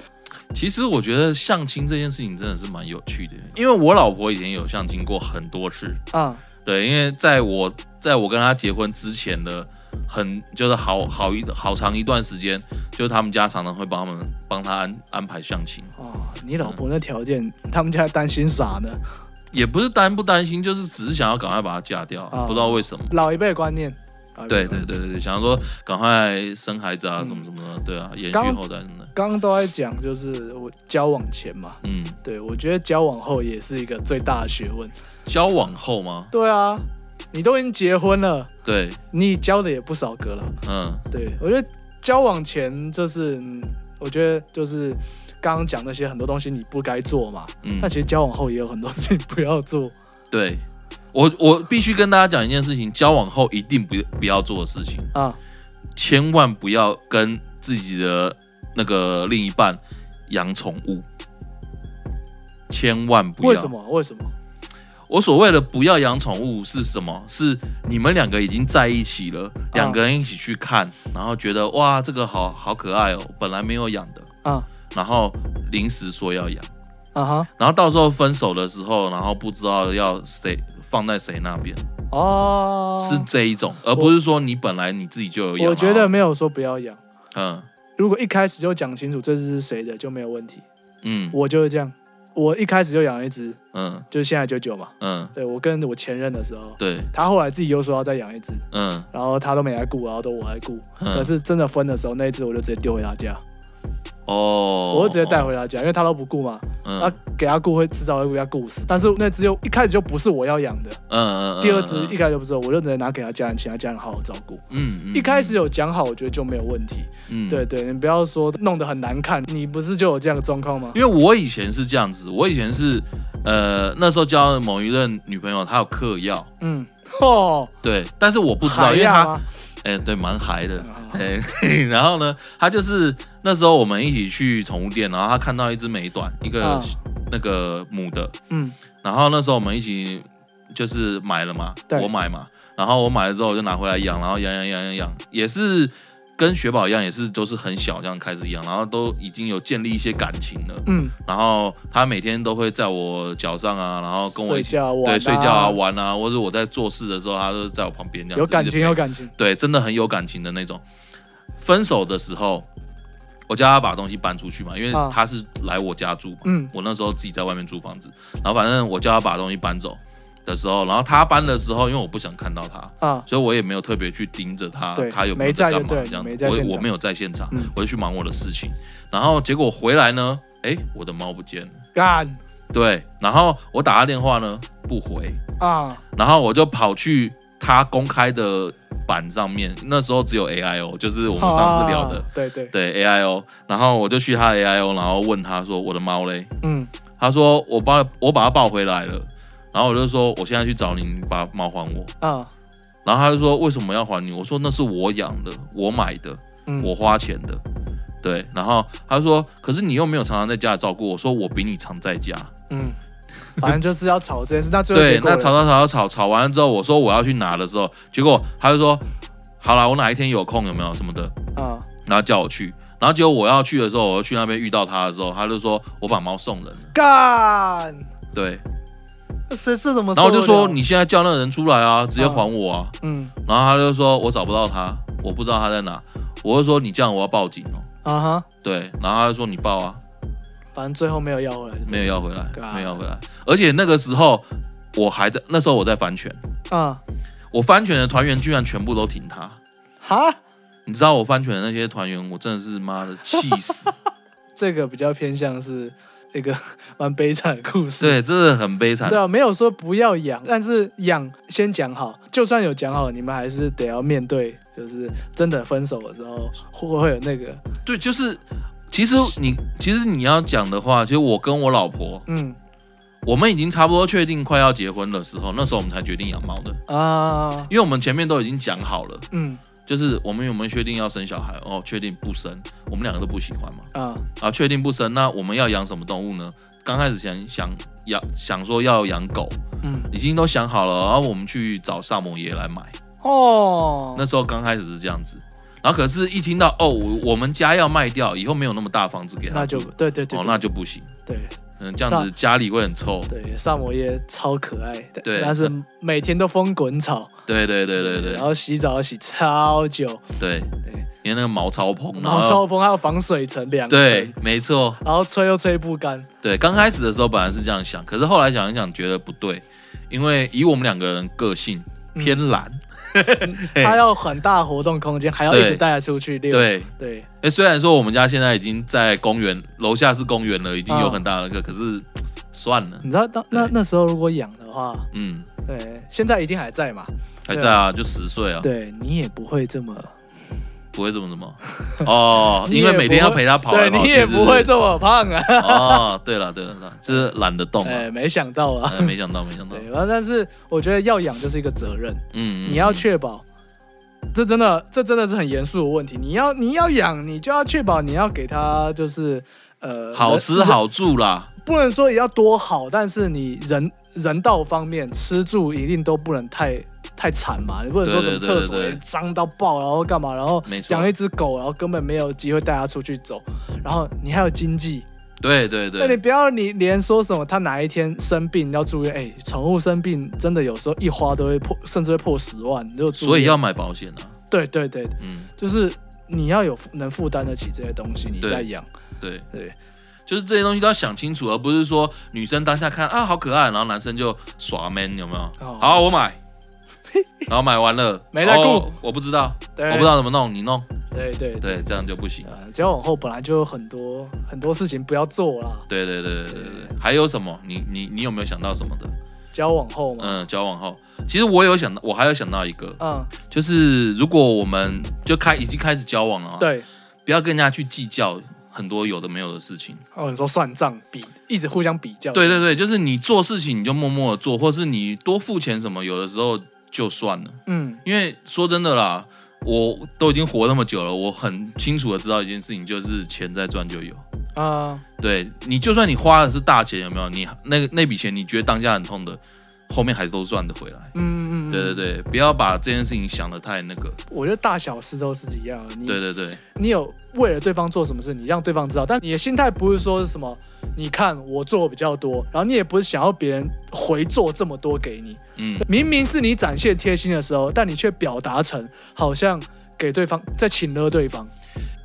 S1: 其实我觉得相亲这件事情真的是蛮有趣的，因为我老婆以前有相亲过很多次，
S2: 啊、
S1: 对，因为在我在我跟她结婚之前的很就是好好一好长一段时间，就是他们家常常会帮他们帮她安安排相亲，
S2: 哦，你老婆那条件，
S1: 嗯
S2: 他们家担心啥呢？
S1: 也不是担不担心，就是只是想要赶快把她嫁掉，
S2: 啊
S1: 不知道为什么。
S2: 老一辈观念。老一辈
S1: 对
S2: 观
S1: 对
S2: 念。
S1: 对对对，想要说赶快生孩子啊，
S2: 嗯
S1: 什么什么的，对啊，延续
S2: 刚
S1: 后代什么的，
S2: 刚刚都在讲，就是我交往前嘛，
S1: 嗯，
S2: 对我觉得交往后也是一个最大的学问。
S1: 交往后吗？
S2: 对啊，你都已经结婚了，
S1: 对，
S2: 你交的也不少个了。
S1: 嗯
S2: 对我觉得交往前就是，嗯我觉得就是刚刚讲那些很多东西你不该做嘛，
S1: 嗯
S2: 那、，其实交往后也有很多事情不要做。
S1: 对我，我必须跟大家讲一件事情：交往后一定不不要做的事情，
S2: 啊
S1: 千万不要跟自己的那个另一半养宠物，千万不
S2: 为
S1: 要
S2: 什。么？为什么？
S1: 我所谓的不要养宠物是什么？是你们两个已经在一起了，
S2: 啊
S1: 两个人一起去看，然后觉得哇，这个好好可爱哦，本来没有养的，
S2: 啊
S1: 然后临时说要养，
S2: 啊哈
S1: 然后到时候分手的时候，然后不知道要谁放在谁那边。
S2: 哦，
S1: 是这一种，而不是说你本来你自己就有养。啊嗯
S2: 我觉得没有说不要养。
S1: 然后，
S2: 如果一开始就讲清楚这只是谁的，就没有问题。
S1: 嗯嗯
S2: 我就是这样，我一开始就养了一只，
S1: 嗯
S2: 就是现在九九嘛。
S1: 嗯，
S2: 对我跟我前任的时候，
S1: 对，
S2: 他后来自己又说要再养一只，
S1: 嗯
S2: 然后他都没来顾，然后都我来顾。
S1: 嗯
S2: 可是真的分的时候，那一只我就直接丢回他家，
S1: 哦，
S2: 我就直接带回他家，因为他都不顾嘛，
S1: 嗯。
S2: 啊
S1: 嗯
S2: 给他顾会迟早会被他顾死。但是那只又一开始就不是我要养的，
S1: 嗯嗯，
S2: 第二只一
S1: 开
S2: 开始就不是我，我就直接拿给他家人，请他家人好好照顾。
S1: 嗯嗯
S2: 一开始有讲好，我觉得就没有问题。
S1: 嗯
S2: 对，对，你不要说弄得很难看，你不是就有这样的状况吗？
S1: 因为我以前是这样子，我以前是呃那时候交了某一任女朋友，她有嗑药，
S2: 嗯，哦，
S1: 对，但是我不知道，
S2: 海
S1: 因为她
S2: 亚吗
S1: 哎对蛮嗨的，哎， 然后呢，她就是那时候我们一起去宠物店，然后她看到一只美短，一个
S2: 嗯
S1: 那个母的，
S2: 嗯
S1: 然后那时候我们一起就是买了嘛，
S2: 对
S1: 我买嘛，然后我买了之后我就拿回来养，然后养养养养养，也是跟雪宝一样，也是都是很小这样开始养，然后都已经有建立一些感情了。
S2: 嗯，
S1: 然后它每天都会在我脚上啊，然后跟我一
S2: 睡
S1: 起
S2: 觉玩、
S1: 对睡觉啊，玩啊，或者我在做事的时候，它都在我旁边这样子
S2: 有感
S1: 一直
S2: 情
S1: 陪
S2: 有感情
S1: 对，真的很有感情的那种。分手的时候，我叫他把东西搬出去嘛，因为
S2: 啊
S1: 他是来我家住嘛，
S2: 嗯
S1: 我那时候自己在外面租房子，然后反正我叫他把东西搬走的时候，然后他搬的时候，因为我不想看到他，
S2: 啊
S1: 所以我也没有特别去盯着他
S2: 对，
S1: 他有
S2: 没在
S1: 在
S2: 就
S1: 干嘛
S2: 对
S1: 这样子
S2: 你没在，现
S1: 我
S2: 场
S1: 我没有在现场
S2: 嗯，
S1: 我就去忙我的事情，然后结果回来呢，哎，我的猫不见了，
S2: 干
S1: 对，然后我打他电话呢不回，
S2: 啊
S1: 然后我就跑去他公开的版上面，那时候只有 AIO，就是我
S2: 我
S1: 们上次聊的，
S2: 啊对对
S1: 对 AIO，然后我就去他 AIO，然后问他说我的猫嘞，
S2: 嗯
S1: 他说我把我把它抱回来了，然后我就说我现在去找你，你把猫还我，
S2: 啊
S1: 然后他就说为什么要还你？我说那是我养的，我买的，
S2: 嗯
S1: 我花钱的。对，然后他说：“可是你又没有常常在家里照顾我。”说：“我比你常在家。
S2: 嗯，反正就是要吵这件事，那”最后
S1: 对
S2: 结，果
S1: 那
S2: 嘞
S1: 吵吵吵吵吵吵完了之后，我说我要去拿的时候，结果他就说：“好啦，我哪一天有空有没有什么的？”
S2: 啊
S1: 然后叫我去，然后结果我要去的时候，我去那边遇到他的时候，他就说：“我把猫送人了。
S2: 干，”
S1: 对，
S2: 这这怎么？
S1: 然后我就说：“你现在叫那个人出来啊，直接还我啊。”
S2: 嗯
S1: 然后他就说：“我找不到他，我不知道他在哪。”我就说：“你这样我要报警哦。
S2: 啊哈，”
S1: 对，然后他就说：“你报啊，
S2: 反正最后没有要回来，
S1: 没有要回来，
S2: God
S1: 没有要回来。”而且那个时候我还在，那时候我在翻拳，
S2: 啊
S1: 我翻拳的团员居然全部都挺他。
S2: 哈，
S1: 你知道我翻拳的那些团员，我真的是妈的气死。
S2: 这个比较偏向是一个 蛮悲惨的故事。
S1: 对，真的很悲惨
S2: 对。啊，没有说不要养，但是养先讲好，就算有讲好，你们还是得要面对，就是真的分手的时候会不会有那个，
S1: 对，就是其实你其实你要讲的话，其实我跟我老婆，
S2: 嗯
S1: 我们已经差不多确定快要结婚的时候，那时候我们才决定养猫的，
S2: 啊，
S1: 因为我们前面都已经讲好了，
S2: 嗯
S1: 就是我们有没有确定要生小孩，哦，确定不生，我们两个都不喜欢嘛，
S2: 啊
S1: 啊，确定不生，那我们要养什么动物呢？刚开始想想养想说要养狗，
S2: 嗯
S1: 已经都想好了，然后我们去找萨摩耶来买，
S2: 哦，
S1: 那时候刚开始是这样子。然后可是，一听到哦，我我们家要卖掉，以后没有那么大房子给他
S2: 那就
S1: 住，
S2: 对对对
S1: 哦，
S2: 对
S1: 那就不行。
S2: 对
S1: 嗯，这样子家里会很臭。
S2: 对，萨摩耶超可爱的，
S1: 对
S2: 但是每天都疯滚草，
S1: 对对对对
S2: 然
S1: 对
S2: 后洗澡要洗超久，
S1: 对，
S2: 对，
S1: 因为那个毛超蓬，
S2: 然后
S1: 后
S2: 超风还有防水层两层，
S1: 对，没错，
S2: 然后吹又吹不干，
S1: 对。刚开始的时候本来是这样想，可是后来想一想觉得不对，因为以我们两个人个性
S2: 嗯
S1: 偏懒，嘿
S2: 它要很大活动空间，还要
S1: 对
S2: 一直带它出去遛，
S1: 对。
S2: 对
S1: 哎，虽然说我们家现在已经在公园楼下是公园了，已经有
S2: 嗯
S1: 很大的那个，可是算了，
S2: 你知道当那
S1: 对
S2: 那时候如果养的话，
S1: 嗯，
S2: 对，现在一定还在嘛？
S1: 还在啊，就十岁啊，
S2: 对你也不会这么，
S1: 不会这么什么 哦，
S2: 你也
S1: 因为每天要陪他跑来
S2: 对
S1: 跑去，
S2: 你也
S1: 是
S2: 不会这么胖啊！
S1: 哦，对了对了对了，这是懒得动啊，
S2: 哎，没想到啊，
S1: 呃没想到没想到
S2: 对，，然后但是我觉得要养就是一个责任，
S1: 嗯，嗯
S2: 你要
S1: 嗯
S2: 确保。这真的，这真的是很严肃的问题。你要你要养，你就要确保你要给它就是呃
S1: 嗯好
S2: 人
S1: 吃好住啦，
S2: 不能说也要多好，但是你人人道方面，吃住一定都不能太太惨嘛。你不能说什么
S1: 对对对
S2: 厕所
S1: 对对
S2: 脏到爆，然后干嘛，然后
S1: 没错
S2: 养一只狗，然后根本没有机会带它出去走，然后你还有经济，
S1: 对对
S2: 那你
S1: 对，
S2: 不要你连说什么它哪一天生病要住院，哎，宠物生病真的有时候一花都会破，甚至会破十万，你就住院
S1: 所以要买保险啊，
S2: 对对对，
S1: 嗯，
S2: 就是你要有能负担得起这些东西，你
S1: 对
S2: 再养，
S1: 对
S2: 对。
S1: 就是这些东西都要想清楚，而不是说女生当下看啊好可爱，然后男生就耍 man 有没有？
S2: 哦
S1: 好，我 买，然后买完了
S2: 没在顾
S1: 哦我不知道，
S2: 对
S1: 我不知道怎么弄，你弄，
S2: 对对对
S1: 对，这样就不行。
S2: 呃，交往后本来就有很多很多事情不要做啦。
S1: 对对对对对对，还有什么？你你你有没有想到什么的？
S2: 交往后嘛，
S1: 嗯，交往后，其实我有想到，我还有想到一个，
S2: 嗯，
S1: 就是如果我们就开已经开始交往了，，啊
S2: 对，
S1: 不要跟人家去计较很多有的没有的事情。
S2: 哦，你说算账比一直互相比较，
S1: 对对对，就是你做事情你就默默的做，或是你多付钱什么，有的时候就算了。
S2: 嗯，
S1: 因为说真的啦，我都已经活那么久了，我很清楚的知道一件事情，就是钱再赚就有。
S2: 啊、
S1: 对你，就算你花的是大钱，有没有？你那个那笔钱，你觉得当下很痛的，后面还是都赚得回来。
S2: 嗯嗯嗯，
S1: 对对，对，不要把这件事情想得太那个。
S2: 我觉得大小事都是一样的，你
S1: 对对对，
S2: 你有为了对方做什么事，你让对方知道，但你的心态不是说是什么，你看我做比较多，然后你也不是想要别人回做这么多给你，
S1: 嗯，
S2: 明明是你展现贴心的时候，但你却表达成好像给对方在请了对方，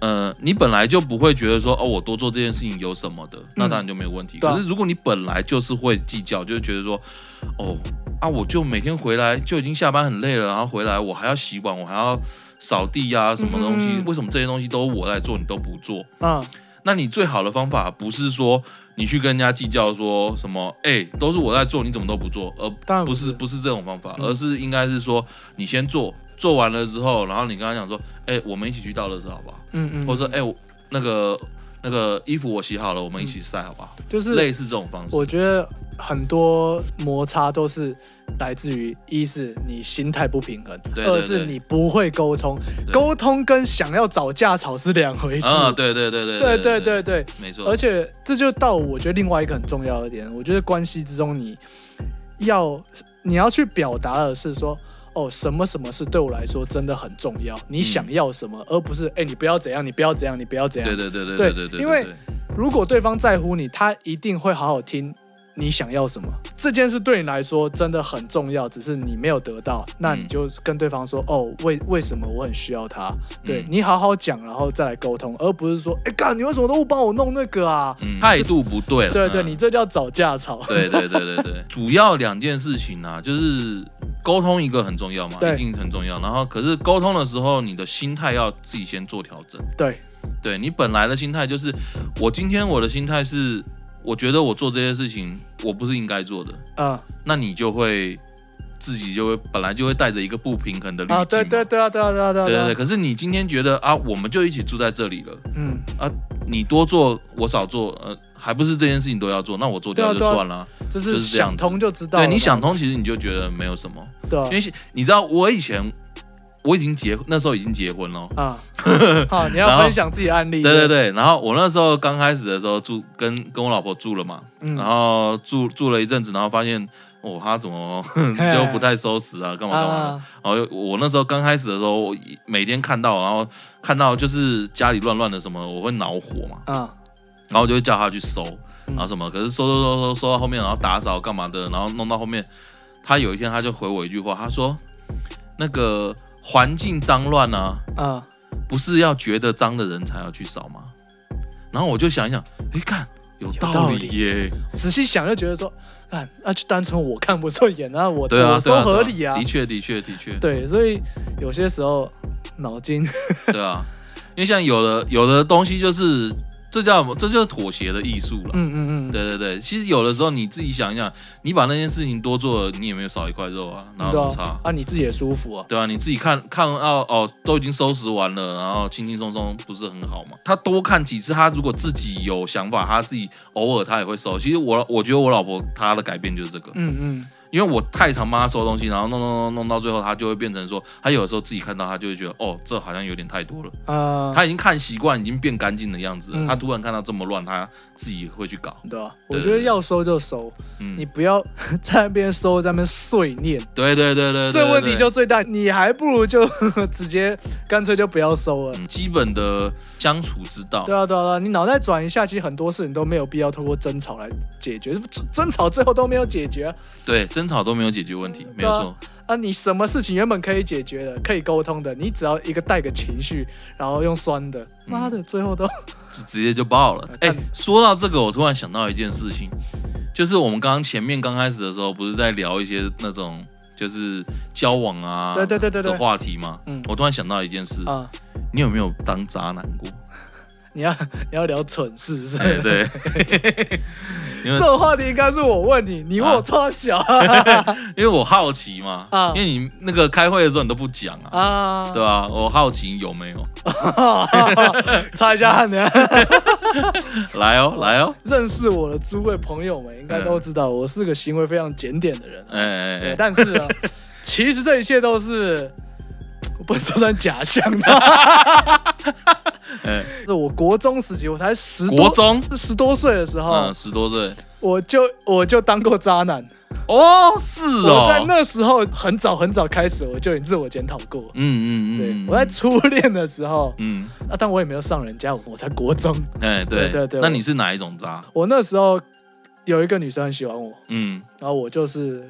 S1: 呃，你本来就不会觉得说哦，我多做这件事情有什么的，那当然就没有问题。
S2: 嗯对啊
S1: 可是如果你本来就是会计较，就是觉得说，哦啊，我就每天回来就已经下班很累了，然后回来我还要洗碗，我还要扫地呀、什么东西？
S2: 嗯
S1: 为什么这些东西都我来做，你都不做？
S2: 嗯，
S1: 那你最好的方法不是说你去跟人家计较说什么，哎、都是我在做，你怎么都不做，而
S2: 当然
S1: 不是
S2: 不
S1: 不是这种方法，
S2: 嗯
S1: 而是应该是说你先做，做完了之后，然后你跟他讲说，哎、我们一起去倒垃圾好不好？
S2: 嗯嗯，
S1: 或者说，哎、我那个那个衣服我洗好了，我们一起晒好不好？
S2: 就是
S1: 类似这种方式。
S2: 我觉得很多摩擦都是来自于一是你心态不平衡，
S1: 对对
S2: 二是
S1: 对
S2: 你不会沟通，
S1: 对
S2: 沟通跟想要找架吵是两回事。
S1: 啊，对对对对
S2: 对
S1: 对
S2: 对对对，
S1: 没错。
S2: 而且这就到我觉得另外一个很重要的点，我觉得关系之中你要你要去表达的是说，哦，什么什么事对我来说真的很重要，你
S1: 嗯
S2: 想要什么，而不是哎、你不要怎样，你不要怎样，你不要怎样。
S1: 对对对对
S2: 对
S1: 对对对，
S2: 因为
S1: 对
S2: 如果对方在乎你，他一定会好好听你想要什么。这件事对你来说真的很重要，只是你没有得到，那
S1: 嗯
S2: 你就跟对方说：“哦，为为什么我很需要他？”对、
S1: 嗯
S2: 你好好讲，然后再来沟通，而不是说：“哎、干，你为什么都不帮我弄那个啊？”
S1: 嗯态度不对了。
S2: 对对，
S1: 嗯
S2: 你这叫找架吵。
S1: 对对对对对，主要两件事情啊，就是沟通一个很重要嘛，
S2: 对
S1: 一定很重要。然后可是沟通的时候，你的心态要自己先做调整。
S2: 对
S1: 对你本来的心态就是，我今天我的心态是，我觉得我做这些事情我不是应该做的，
S2: 嗯
S1: 那你就会自己就会本来就会带着一个不平衡的滤镜嘛。
S2: 啊，对对对啊，对啊，对啊，对啊，
S1: 对
S2: 啊
S1: 对对，可是你今天觉得啊，我们就一起住在这里了，
S2: 嗯，
S1: 你多做我少做，呃，还不是这件事情都要做，那我做掉就
S2: 对啊对啊
S1: 算了啊。就
S2: 就
S1: 是是这样
S2: 想
S1: 子
S2: 通就知道了
S1: 对，
S2: 嘛。
S1: 你想通，其实你就觉得没有什么。
S2: 对啊
S1: 因为你知道我以前我已经结那时候已经结婚了。
S2: 啊啊，你要
S1: 然后
S2: 分享自己案例。
S1: 对对，对，然后我那时候刚开始的时候住跟跟我老婆住了嘛，
S2: 嗯
S1: 然后住住了一阵子，然后发现哦她怎 么
S2: 嘿
S1: 就不太收拾啊，干嘛干嘛的。
S2: 啊，
S1: 然后我那时候刚开始的时候，我一每天看到，然后看到就是家里乱乱的什么，我会恼火嘛，
S2: 啊
S1: 然后我就会叫她去收，
S2: 嗯
S1: 然后什么，可是收收收收收到后面，然后打扫干嘛的，然后弄到后面，她有一天她就回我一句话，她说那个环境脏乱啊，
S2: 啊，
S1: 不是要觉得脏的人才要去扫吗？然后我就想一想，哎，看有道理耶，
S2: 仔细想就觉得说，啊，那就单纯我看不顺眼啊，我
S1: 对啊，
S2: 我
S1: 对
S2: 说
S1: 啊，对
S2: 合理啊
S1: 的，确，的确，的确，
S2: 对，所以有些时候脑筋
S1: 对啊，因为像有的有的东西就是这叫什么这就是妥协的艺术了。
S2: 嗯嗯嗯，
S1: 对对对，其实有的时候你自己想一想，你把那件事情多做了，你也没有少一块肉啊，哪有那
S2: 对
S1: 么
S2: 啊
S1: 差？
S2: 啊，你自己也舒服啊，
S1: 对啊，你自己看看到哦，都已经收拾完了，然后轻轻松松，不是很好吗？他多看几次，他如果自己有想法，他自己偶尔他也会收。其实我我觉得我老婆她的改变就是这个，
S2: 嗯嗯，
S1: 因为我太常帮她收东西，然后弄弄弄弄到最后，她就会变成说，她有的时候自己看到，她就会觉得哦，这好像有点太多了。
S2: 啊，
S1: 她已经看习惯，已经变干净的样子
S2: 嗯
S1: 了，她突然看到这么乱，她自己会去搞。
S2: 对啊，我
S1: 对
S2: 觉得要收就收，
S1: 嗯
S2: 你，不要 在那边收，在那边碎念，
S1: 对对对对对，
S2: 这问题
S1: 对
S2: 就最大，你还不如就 直接干脆就不要收了。
S1: 嗯基本的相处之道
S2: 对。啊，对啊，对啊你脑袋转一下，其实很多事你都没有必要通过争吵来解决，争争吵最后都没有解决啊
S1: 对，争吵都没有解决问题，没有
S2: 对啊
S1: 错。
S2: 啊！你什么事情原本可以解决的、可以沟通的，你只要一个带个情绪，然后用酸的，妈的，最后都
S1: 直直接就爆了。哎、
S2: 但
S1: 说到这个，我突然想到一件事情，就是我们刚刚前面刚开始的时候，不是在聊一些那种就是交往啊，
S2: 对对对对对
S1: 的话题吗？
S2: 嗯
S1: 我突然想到一件事，
S2: 啊！
S1: 你有没有当渣男 过？
S2: 你要你要聊蠢事是不
S1: 哎、
S2: 是？
S1: 对，
S2: 这种话题应该是我问你，你问我
S1: 啊
S2: 超小
S1: 因为我好奇嘛，
S2: 啊
S1: 因为你那个开会的时候你都不讲啊。
S2: 啊，
S1: 对啊吧、我好奇有没有，
S2: 擦一下汗的。
S1: 来哦，来哦，
S2: 认识我的诸位朋友们应该都知道，我是个行为非常检点的人啊。
S1: 哎嗯哎
S2: 对，
S1: 哎，
S2: 但是呢，其实这一切都是我不能说算假象的。
S1: 哎
S2: 是我国中时期，我才十多哦
S1: 国中，
S2: 十多岁的时候，
S1: 嗯，十多岁，
S2: 我就我就当过渣男。
S1: 哦，是哦，
S2: 我在那时候很早很早开始，我就已经自我检讨过。
S1: 嗯，嗯嗯
S2: 对
S1: 嗯，，
S2: 我在初恋的时候，
S1: 嗯，
S2: 啊，但我也没有上人家，我我才国中。
S1: 哎，对
S2: 对对对
S1: 那
S2: 我
S1: 你是哪一种渣？
S2: 我那时候有一个女生很喜欢我，
S1: 嗯，
S2: 然后我就是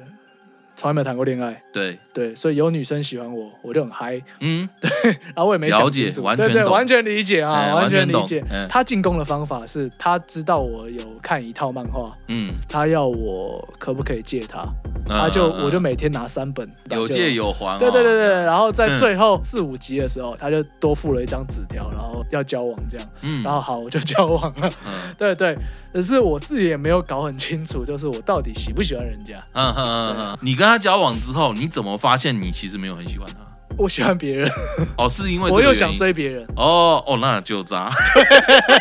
S2: 从来没有谈过恋爱，
S1: 对，
S2: 对，所以有女生喜欢我，我就很嗨，
S1: 嗯，
S2: 然后我也没想
S1: 了解
S2: 清楚
S1: 完
S2: 对
S1: 全
S2: 对，
S1: 懂
S2: 完全理解啊，
S1: 哎
S2: 完
S1: 完
S2: 全
S1: 全
S2: 理
S1: 懂
S2: 解。
S1: 嗯
S2: 他进攻的方法是他知道我有看一套漫画，
S1: 嗯，
S2: 他要我可不可以借他，
S1: 他
S2: 他啊就我就每天拿三本，然
S1: 嗯啊
S2: 后
S1: 有
S2: 就
S1: 借。有还、哦，
S2: 对对对对，对然后在
S1: 嗯
S2: 最后四五集的时候，他就多附了一张纸条，然后要交往这样，
S1: 嗯，
S2: 然后好我就交往了，
S1: 嗯
S2: 对对，可是我自己也没有搞很清楚，就是我到底喜不喜欢人家，
S1: 嗯嗯嗯嗯，你跟他交往之后，你怎么发现你其实没有很喜欢他？
S2: 我喜 欢别人，
S1: 哦，是因为这
S2: 我
S1: 个
S2: 又
S1: 原
S2: 想
S1: 因
S2: 追别人，
S1: 哦哦，那就渣。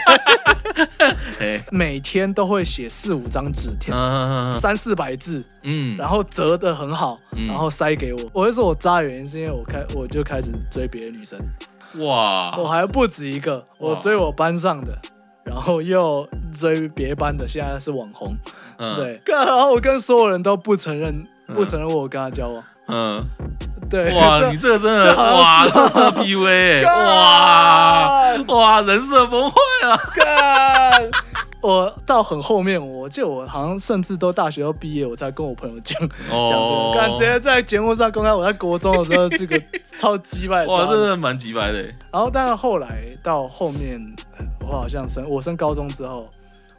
S1: 嘿
S2: 每天都会写四五张纸条，
S1: 嗯
S2: 三四百字，
S1: 嗯，
S2: 然
S1: 后
S2: 后折的很好，
S1: 嗯
S2: 然后塞给我。我会说我渣的原因是因为我开我就开始追别的女生，我
S1: 哇，
S2: 还不止一个，我追我班上的。然后又追别班的，现在是网红，
S1: 嗯，
S2: 对。干然后我跟所有人都不承认，
S1: 嗯
S2: 不承认我有跟他交往，
S1: 嗯，
S2: 对。
S1: 哇，
S2: 这
S1: 你这个真
S2: 这
S1: 的
S2: 好
S1: 哇，
S2: 像
S1: 这这 PUA，
S2: 干
S1: 哇哇，人设崩坏了，
S2: 干！我到很后面，我记得我好像甚至都大学要毕业，我才跟我朋友讲讲这
S1: 哦
S2: 个。干、直接在节目上公开，我在国中的时候 是个超鸡掰的渣
S1: 哇，
S2: 男。
S1: 真的蛮鸡白的，欸
S2: 然后，但是后来到后面，呃我好像升我升高中之后，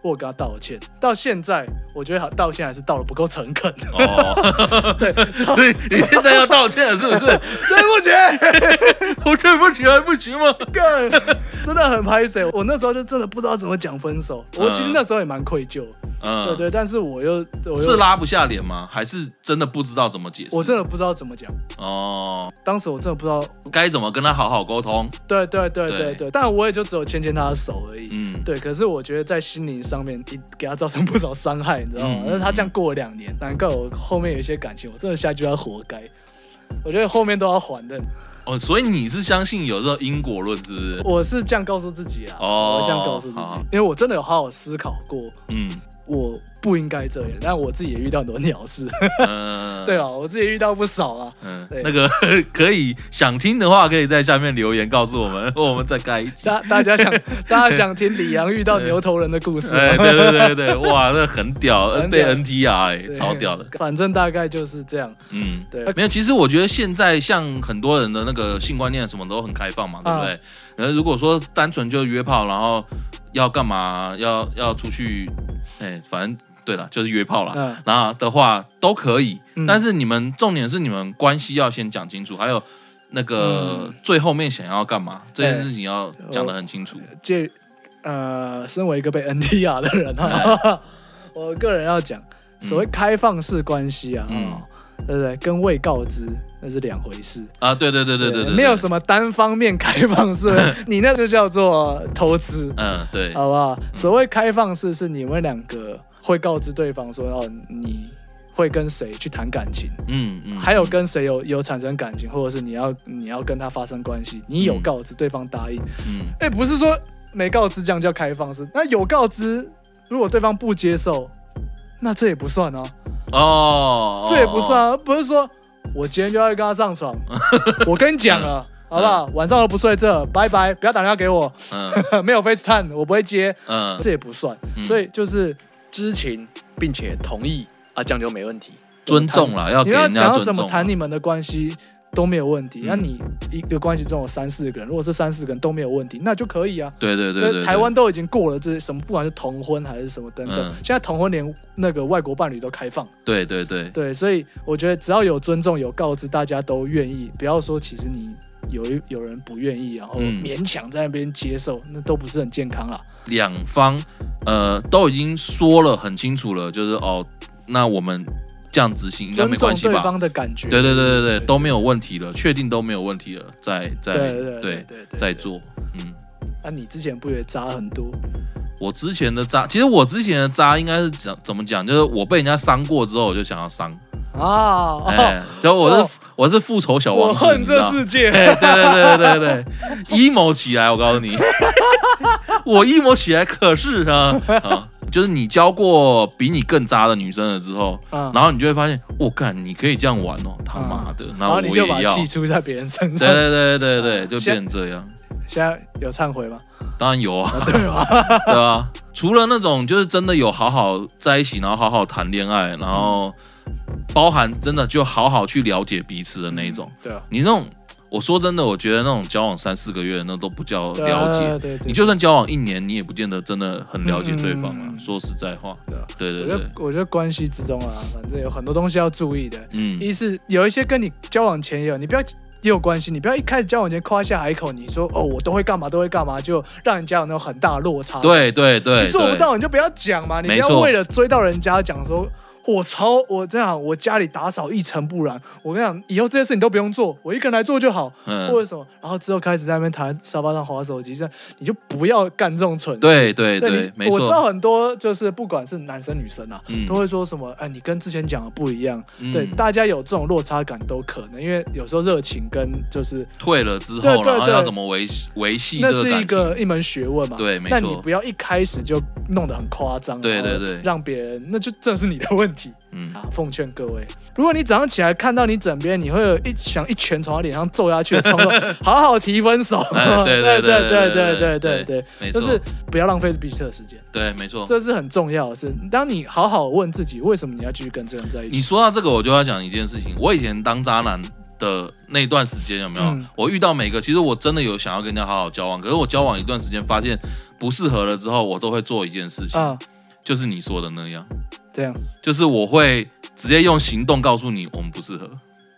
S2: 我有跟他道歉。到现在，我觉得他道歉还是道的不够诚恳。
S1: 哦，
S2: 对，
S1: 所以你现在要道歉了是不 是？
S2: 对不起，
S1: 我对不起，还啊不行吗？
S2: 干， 真的很拍谁。我那时候就真的不知道怎么讲分手。我其实那时候也蛮愧疚，
S1: 嗯，
S2: 对对，但是我又我又
S1: 是拉不下脸吗？还是真的不知道怎么解释？
S2: 我真的不知道怎么讲。
S1: 哦，
S2: 当时我真的不知道，
S1: 该怎么跟他好好沟通？
S2: 对对对对对，
S1: 对
S2: 但我也就只有牵牵他的手而已。
S1: 嗯，
S2: 对，可是我觉得在心灵上面，一给他造成不少伤害，你知道吗？
S1: 嗯嗯
S2: 那、他这样过了两年，难怪我后面有一些感情，我真的下去要活该。我觉得后面都要还的，
S1: 哦，所以你是相信有时候因果论是不是？
S2: 我是这样告诉自己啊，
S1: 哦
S2: 我这样告诉自己，
S1: 好好
S2: 因为我真的有好好思考过，
S1: 嗯，
S2: 我不应该这样，但我自己也遇到很多鸟事，
S1: 呃，
S2: 对吧？啊我自己也遇到不少啊，
S1: 嗯
S2: 对，
S1: 那个 可以想听的话，可以在下面留言告诉我 们，我们再开一集。
S2: 大 大家想大家想听李阳遇到牛头人的故事吗？
S1: 哎，对对对对，哇，那很屌，
S2: 很屌
S1: 被 NTR 哎，
S2: 对
S1: 超屌的，
S2: 反正大概就是这样，
S1: 嗯。
S2: 对，
S1: 没有，其实我觉得现在像很多人的那个性观念什么都很开放嘛，对不
S2: 啊
S1: 对？然后如果说单纯就约炮，然后要干嘛，要要出去，哎，反正对了，就是约炮啦。
S2: 嗯
S1: 然后的话都可以，
S2: 嗯
S1: 但是你们重点是你们关系要先讲清楚，还有那个
S2: 嗯
S1: 最后面想要干嘛、这
S2: 哎
S1: 件事情要讲得很清楚。
S2: 介呃，身为一个被 NTR 的人
S1: 哎
S2: 啊， 我个人要讲，所谓开放式关系啊，
S1: 嗯
S2: 哦对不对？跟未告知那是两回事。
S1: 啊，对对对对对对，
S2: 没有
S1: 么，
S2: 什么单方面开放 式，你那就叫做投资，
S1: 嗯，对，
S2: 好不好？所谓开放式是你们两个会告知对方说，哦，你会跟谁去谈感情，
S1: 嗯嗯，
S2: 还有跟谁有有产生感情，或者是你要你要跟他发生关系，你有
S1: 嗯
S2: 告知对方答应，
S1: 嗯，
S2: 哎、不是说没告知这样叫开放式，那有告知，如果对方不接受，那这也不算啊，
S1: 哦，
S2: 这也不算啊，不是说我今天就要跟他上 床，我跟你讲了。好不好？晚上都不睡这，拜拜！不要打电话给我，
S1: 嗯，
S2: 没有 FaceTime 我不会接，
S1: 嗯嗯，
S2: 这也不算。
S1: 嗯
S2: 所以就是知情并且同意啊，这样就没问题。
S1: 尊重啦，要
S2: 你
S1: 给
S2: 要
S1: 人
S2: 想
S1: 家
S2: 要
S1: 尊
S2: 怎么
S1: 重啊
S2: 谈
S1: 啦。
S2: 你们的关系都没有问题。
S1: 嗯
S2: 那你一个关系中有三四个人，如果这三四个人都没有问题，那就可以啊。
S1: 对对对
S2: 那
S1: 对，对
S2: 台湾都已经过了这什么，不管是同婚还是什么等等，
S1: 嗯
S2: 现在同婚连那个外国伴侣都开放。
S1: 对对对，
S2: 对，所以我觉得只要有尊重、有告知，大家都愿意，不要说其实你有一有人不愿意，然后
S1: 嗯
S2: 勉强在那边接受，那都不是很健康啦。
S1: 两方呃都已经说了很清楚了，就是哦，那我们这样执行应该
S2: 尊
S1: 没
S2: 重
S1: 关系
S2: 对
S1: 吧？
S2: 方的感觉，
S1: 对对对对对，都没
S2: 有。
S1: 有问题了，确定都没有问题了，再再
S2: 对对对对对，
S1: 再做。嗯，
S2: 那、你之前不也渣很多？
S1: 我之前的渣，其实我之前的渣应该是怎怎么讲？就是我被人家伤过之后，我就想要伤，
S2: 啊，哦、
S1: 哎，就我
S2: 哦
S1: 是我是复仇小
S2: 我
S1: 王子，
S2: 恨
S1: 你知
S2: 这
S1: 道
S2: 世 界。
S1: 哎，对对对对对，emo 起来，我告诉 你，我 emo 起来可是啊啊，就是你交过比你更渣的女生了之后，
S2: 嗯，
S1: 然后你就会发现，我干，你可以这样玩哦，他妈的，那
S2: 然后
S1: 我
S2: 你就把
S1: 也要，
S2: 气嗯出在别人身
S1: 对
S2: 上。
S1: 对对对对，就
S2: 现
S1: 变成这样，
S2: 现在有忏悔吗？
S1: 当然有啊，
S2: 对吧？
S1: 对啊，
S2: 嗯
S1: 除了那种就是真的有好好在一起，然后好好谈恋爱，然后包含真的就好好去了解彼此的那一种。
S2: 对啊，
S1: 你那种，我说真的，我觉得那种交往三四个月的那都不叫
S2: 对
S1: 了解。
S2: 啊对对，
S1: 你就算交往一年，你也不见得真的很了解对方啊
S2: 嗯。
S1: 说实在话，
S2: 对啊
S1: 对对
S2: 我觉
S1: 对
S2: 得，我觉得关系之中啊，反正有很多东西要注意的。
S1: 嗯，
S2: 一是有一些跟你交往前也有，你不要也有关系，你不要一开始交往前夸下海口，你说哦我都会干嘛都会干嘛，就让人家有那种很大的落差。，
S1: 对对对，
S2: 你做不
S1: 对，
S2: 到你就不要讲嘛，你不
S1: 没
S2: 要
S1: 错
S2: 为了追到人家讲说。我超我这样，我家里打扫一尘不染。我跟你讲，以后这些事你都不用做，我一个人来做就好，或
S1: 嗯，
S2: 者什么。然后之后开始在那边躺在沙发上划手机，这样你就不要干这种蠢事。
S1: 对对
S2: 对
S1: 对，
S2: 你
S1: 没
S2: 我知道
S1: 错，
S2: 很多就是不管是男生女生啊，
S1: 嗯
S2: 都会说什么，哎，你跟之前讲的不一样。
S1: 嗯
S2: 对，大家有这种落差感都可能，因为有时候热情跟就是
S1: 退了之
S2: 对
S1: 后，
S2: 对
S1: 然后
S2: 对
S1: 要怎么维维系
S2: 那
S1: 这个
S2: 是一
S1: 感情？
S2: 个一门学问嘛。
S1: 对没
S2: 那你
S1: 错
S2: 不要一开始就弄得很夸张，
S1: 对
S2: 然后
S1: 对对
S2: 让别人那就这是你的问题
S1: 嗯，
S2: 啊！奉劝各位，如果你早上起来看到你枕边，你会有一想一拳从他脸上揍下去的冲动， 好好提分手。
S1: 哎对对
S2: 对
S1: 对
S2: 对对
S1: 对对
S2: 对对对
S1: 没
S2: 就
S1: 错，哦
S2: 是不要浪费彼此的时间。
S1: 对，没错。
S2: 这是很重要的事。当你好好问自己，为什么你要继续跟这个人在一
S1: 你
S2: 起？
S1: 说到这个，我就要讲一件事情。我以前当渣男的那段时间，有没有？
S2: 嗯
S1: 我遇到每个，其实我真的有想要跟人家好好交往，可是我交往一段时间，发现不适合了之后，我都会做一件事情，
S2: 啊，
S1: 就是你说的那样，
S2: 这样
S1: 就是我会直接用行动告诉你我们不适合。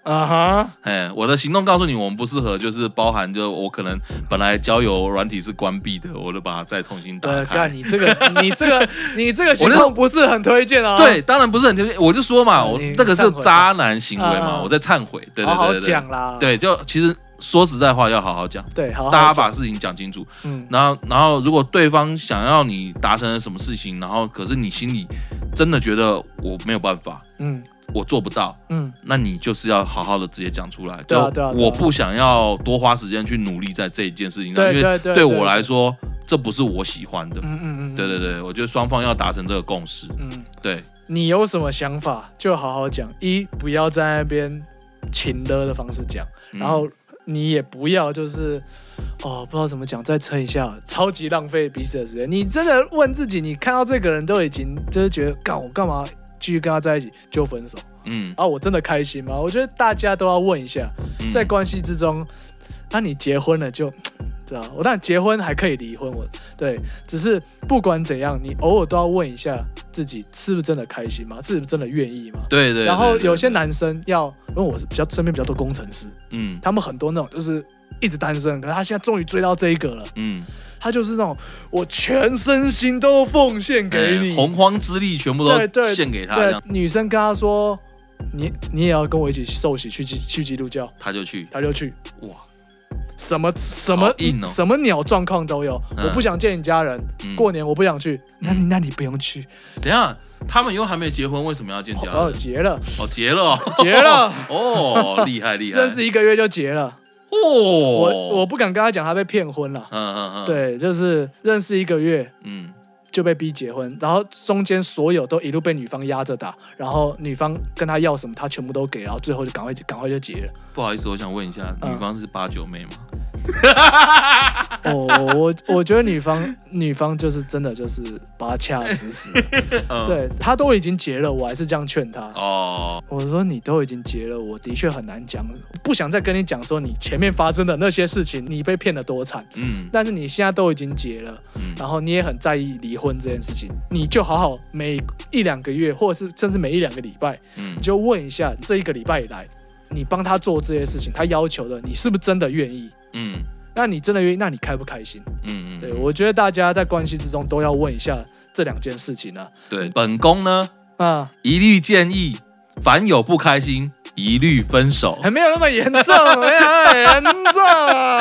S2: 啊哈，
S1: 哎，我的行动告诉你我们不适合，就是包含就我可能本来交友软体是关闭的，我就把它再重新打
S2: 呃，
S1: 开
S2: 干。你这个，你这个，你这个行
S1: 我那
S2: 动不是很推荐啊。
S1: 对，当然不是很推荐，我就说嘛，
S2: 嗯
S1: 我
S2: 你
S1: 这个是
S2: 忏悔
S1: 渣男行为
S2: 啊
S1: 嘛，我在忏悔。对对
S2: 好
S1: 对
S2: 好
S1: 对对
S2: 讲啦。
S1: 对，就其实说实在话，要好好讲，
S2: 对，好好
S1: 大家把
S2: 讲
S1: 事情讲清楚。
S2: 嗯
S1: 然后，然后如果对方想要你达成了什么事情，然后可是你心里真的觉得我没有办法，
S2: 嗯
S1: 我做不到，
S2: 嗯，
S1: 那你就是要好好的直接讲出来。
S2: 对啊
S1: 就
S2: 对啊对啊
S1: 我不想要多花时间去努力在这一件事情上，
S2: 对
S1: 因
S2: 对
S1: 为
S2: 对，
S1: 对我来，说，这不是我喜欢的。
S2: 嗯嗯嗯，
S1: 对对，对，我觉得双方要达成这个共识。
S2: 嗯，
S1: 对，
S2: 你有什么想法就好好讲，一不要在那边情勒的方式讲，
S1: 嗯
S2: 然后你也不要就是。哦，不知道怎么讲，再撑一下，超级浪费彼此的时间。你真的问自己，你看到这个人都已经就是觉得，干我干嘛继续跟他在一起就分手
S1: 嗯，
S2: 啊？我真的开心吗？我觉得大家都要问一下，
S1: 嗯
S2: 在关系之中，那、你结婚了就知道，我当然结婚还可以离婚，我对，只是不管怎样，你偶尔都要问一下自己是不是真的开心吗？是不是真的愿意吗？
S1: 对对，
S2: 然后有些
S1: 男，
S2: 男生要，因为我是比较身边比较多工程师，
S1: 嗯
S2: 他们很多那种就是一直单身，可是他现在终于追到这一个了，
S1: 嗯，
S2: 他就是那种我全身心都奉献给你，
S1: 哎洪荒之力全部
S2: 对对
S1: 都献给他，这
S2: 对
S1: 样，
S2: 女生跟他说，你你也要跟我一起受洗去基去基督教，
S1: 他就去，
S2: 他就去，
S1: 哇，
S2: 什么什么、嗯
S1: 硬哦
S2: 什么鸟状况都有。
S1: 嗯
S2: 我不想见你家人，
S1: 嗯
S2: 过年我不想去。那你那你不用去，
S1: 等一下，他们又还没有结婚，为什么要见家
S2: 哦，
S1: 人？
S2: 结 了，
S1: 哦，结了哦，
S2: 结了，
S1: 哦，厉害厉害，
S2: 认识一个月就结了。
S1: 哦，
S2: 我我不敢跟他讲他被骗婚了。
S1: 嗯嗯嗯，，
S2: 对，就是认识一个月
S1: 嗯
S2: 就被逼结婚，然后中间所有都一路被女方压着打，然后女方跟他要什么，他全部都给，然后最后就赶快赶快就结 了。
S1: 不好意思，我想问一下，
S2: 嗯
S1: 女方是八九妹吗？
S2: 哦，我我我觉得女方女方就是真的就是把他掐得死死 的，
S1: 嗯，，
S2: 对他都已经结了，我还是这样劝他。
S1: 哦，
S2: 我说你都已经结了，我的确很难讲，不想再跟你讲说你前面发生的那些事情，你被骗得多惨。
S1: 嗯
S2: 但是你现在都已经结了，
S1: 嗯，
S2: 然后你也很在意离婚这件事情，你就好好每一两个月，或者是甚至每一两个礼拜，
S1: 嗯
S2: 你就问一下这一个礼拜以来，你帮他做这些事情，他要求的，你是不是真的愿意？
S1: 嗯
S2: 那你真的愿意，那你开不开心？
S1: 嗯嗯，
S2: 对我觉得大家在关系之中都要问一下这两件事情啊。
S1: 对本宫呢，
S2: 啊，
S1: 一律建议，凡有不开心，一律分手。
S2: 还没有那么严重，没有那么严重啊。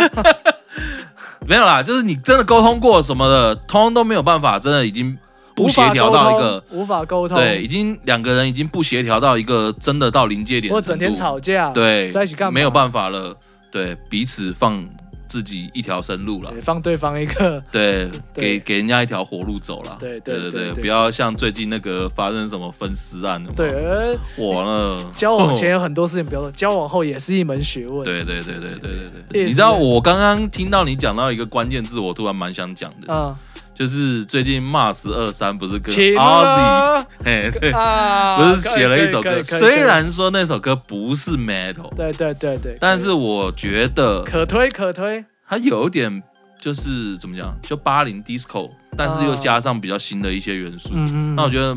S1: 没有啦，就是你真的沟通过什么的，通通都没有办法，真的已经不协调到一个。
S2: 无法沟通，无法沟通
S1: 对，已经两个人已经不协调到一个真的到临界点的
S2: 我
S1: 程
S2: 整
S1: 度，
S2: 天吵架，
S1: 对，
S2: 在一起干嘛
S1: 没有办法了，对，彼此放自己一条生路了
S2: 对，。放对方一个，
S1: 对，
S2: 对
S1: 给给人家一条活路走了。
S2: 对对
S1: 对
S2: 对对
S1: 不要像最近那个发生什么分尸案，有没有
S2: 对，，而
S1: 我呢，
S2: 交往前有很多事情，不要说，交往后也是一门学问，，
S1: 对对对对对对对
S2: 也
S1: 对，
S2: 是
S1: 你知道我刚刚听到你讲到一个关键字，我突然蛮想讲的，
S2: 啊，
S1: 就是最近 Mars 二三不是跟
S2: 起
S1: Ozzy
S2: 了
S1: 嘿对，
S2: 啊，
S1: 不是写了一首
S2: 可
S1: 歌，
S2: 以可以可以
S1: 虽然说那首歌不是 metal，
S2: 对对对对，
S1: 但是我觉得
S2: 可推可推，
S1: 它有点就是怎么讲，就八零 disco，但是又加上比较新的一些元素，
S2: 嗯嗯，
S1: 那我觉得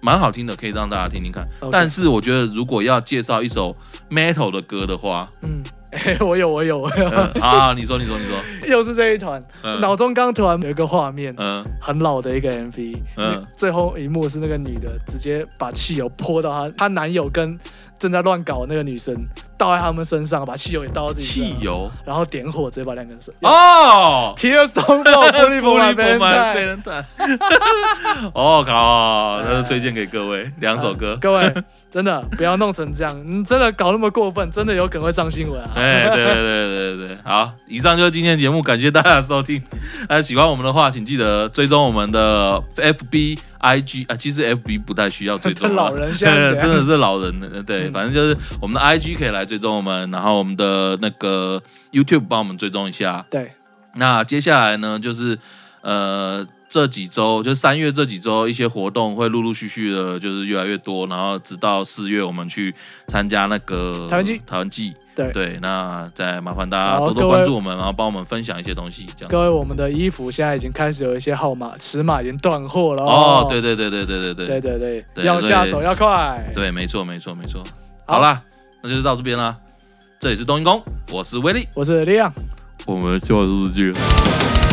S1: 蛮好听的，可以让大家听听看。
S2: OK
S1: 但是我觉得如果要介绍一首 metal 的歌的 话，
S2: 嗯，哎，我有我有我有，
S1: 呃、啊，你说你说你说，
S2: 又是这一团，
S1: 嗯
S2: 脑中刚突然有一个画面，
S1: 嗯、
S2: 很老的一个 MV，
S1: 嗯
S2: 嗯，最后一幕是那个女的直接把汽油泼到她她男友跟正在乱搞的那个女生倒在他们身上，把汽油也倒到自己身上
S1: 汽，油
S2: 然后点火直接把两个人烧。
S1: 哦。
S2: Tears don't fall，玻璃
S1: 不
S2: 不
S1: 离
S2: 来
S1: 不
S2: 被人
S1: 满被
S2: 踩。
S1: 人弹。 哦靠，那是推荐给各位两首歌
S2: 啊。 各位真的不要弄成这样，你真的搞那么过分，真的有可能会上新闻 啊。
S1: 哎，对对对对对，好，以上就是今天的节目，感谢大家的收听。那喜欢我们的话，请记得追踪我们的 FB、IG 啊，其实 FB 不太需要追踪啊，
S2: 老人现在是
S1: 真的是老人了，对，
S2: 嗯
S1: 反正就是我们的 IG 可以来追踪我们，然后我们的那个 YouTube 帮我们追踪一下。
S2: 对，
S1: 那接下来呢，就是呃这几周，就三月这几周一些活动会陆陆续续的，就是越来越多，然后直到四月我们去参加那个
S2: 台湾季
S1: 台湾季，
S2: 对
S1: 对，那再麻烦大家
S2: 好
S1: 多
S2: 各
S1: 多
S2: 位
S1: 关注我们，然后帮我们分享一些东西，这样。
S2: 各位，我们的衣服现在已经开始有一些号码尺码已经断货了
S1: 哦，对对对对对对
S2: 对
S1: 对
S2: 对对
S1: 对
S2: 要
S1: 所以
S2: 下手要快。
S1: 对，没错没错没错。
S2: 好
S1: 好啦，那就是到这边啦。这里是东英宫，我是威力，
S2: 我是 Leon。
S1: 我们下次见。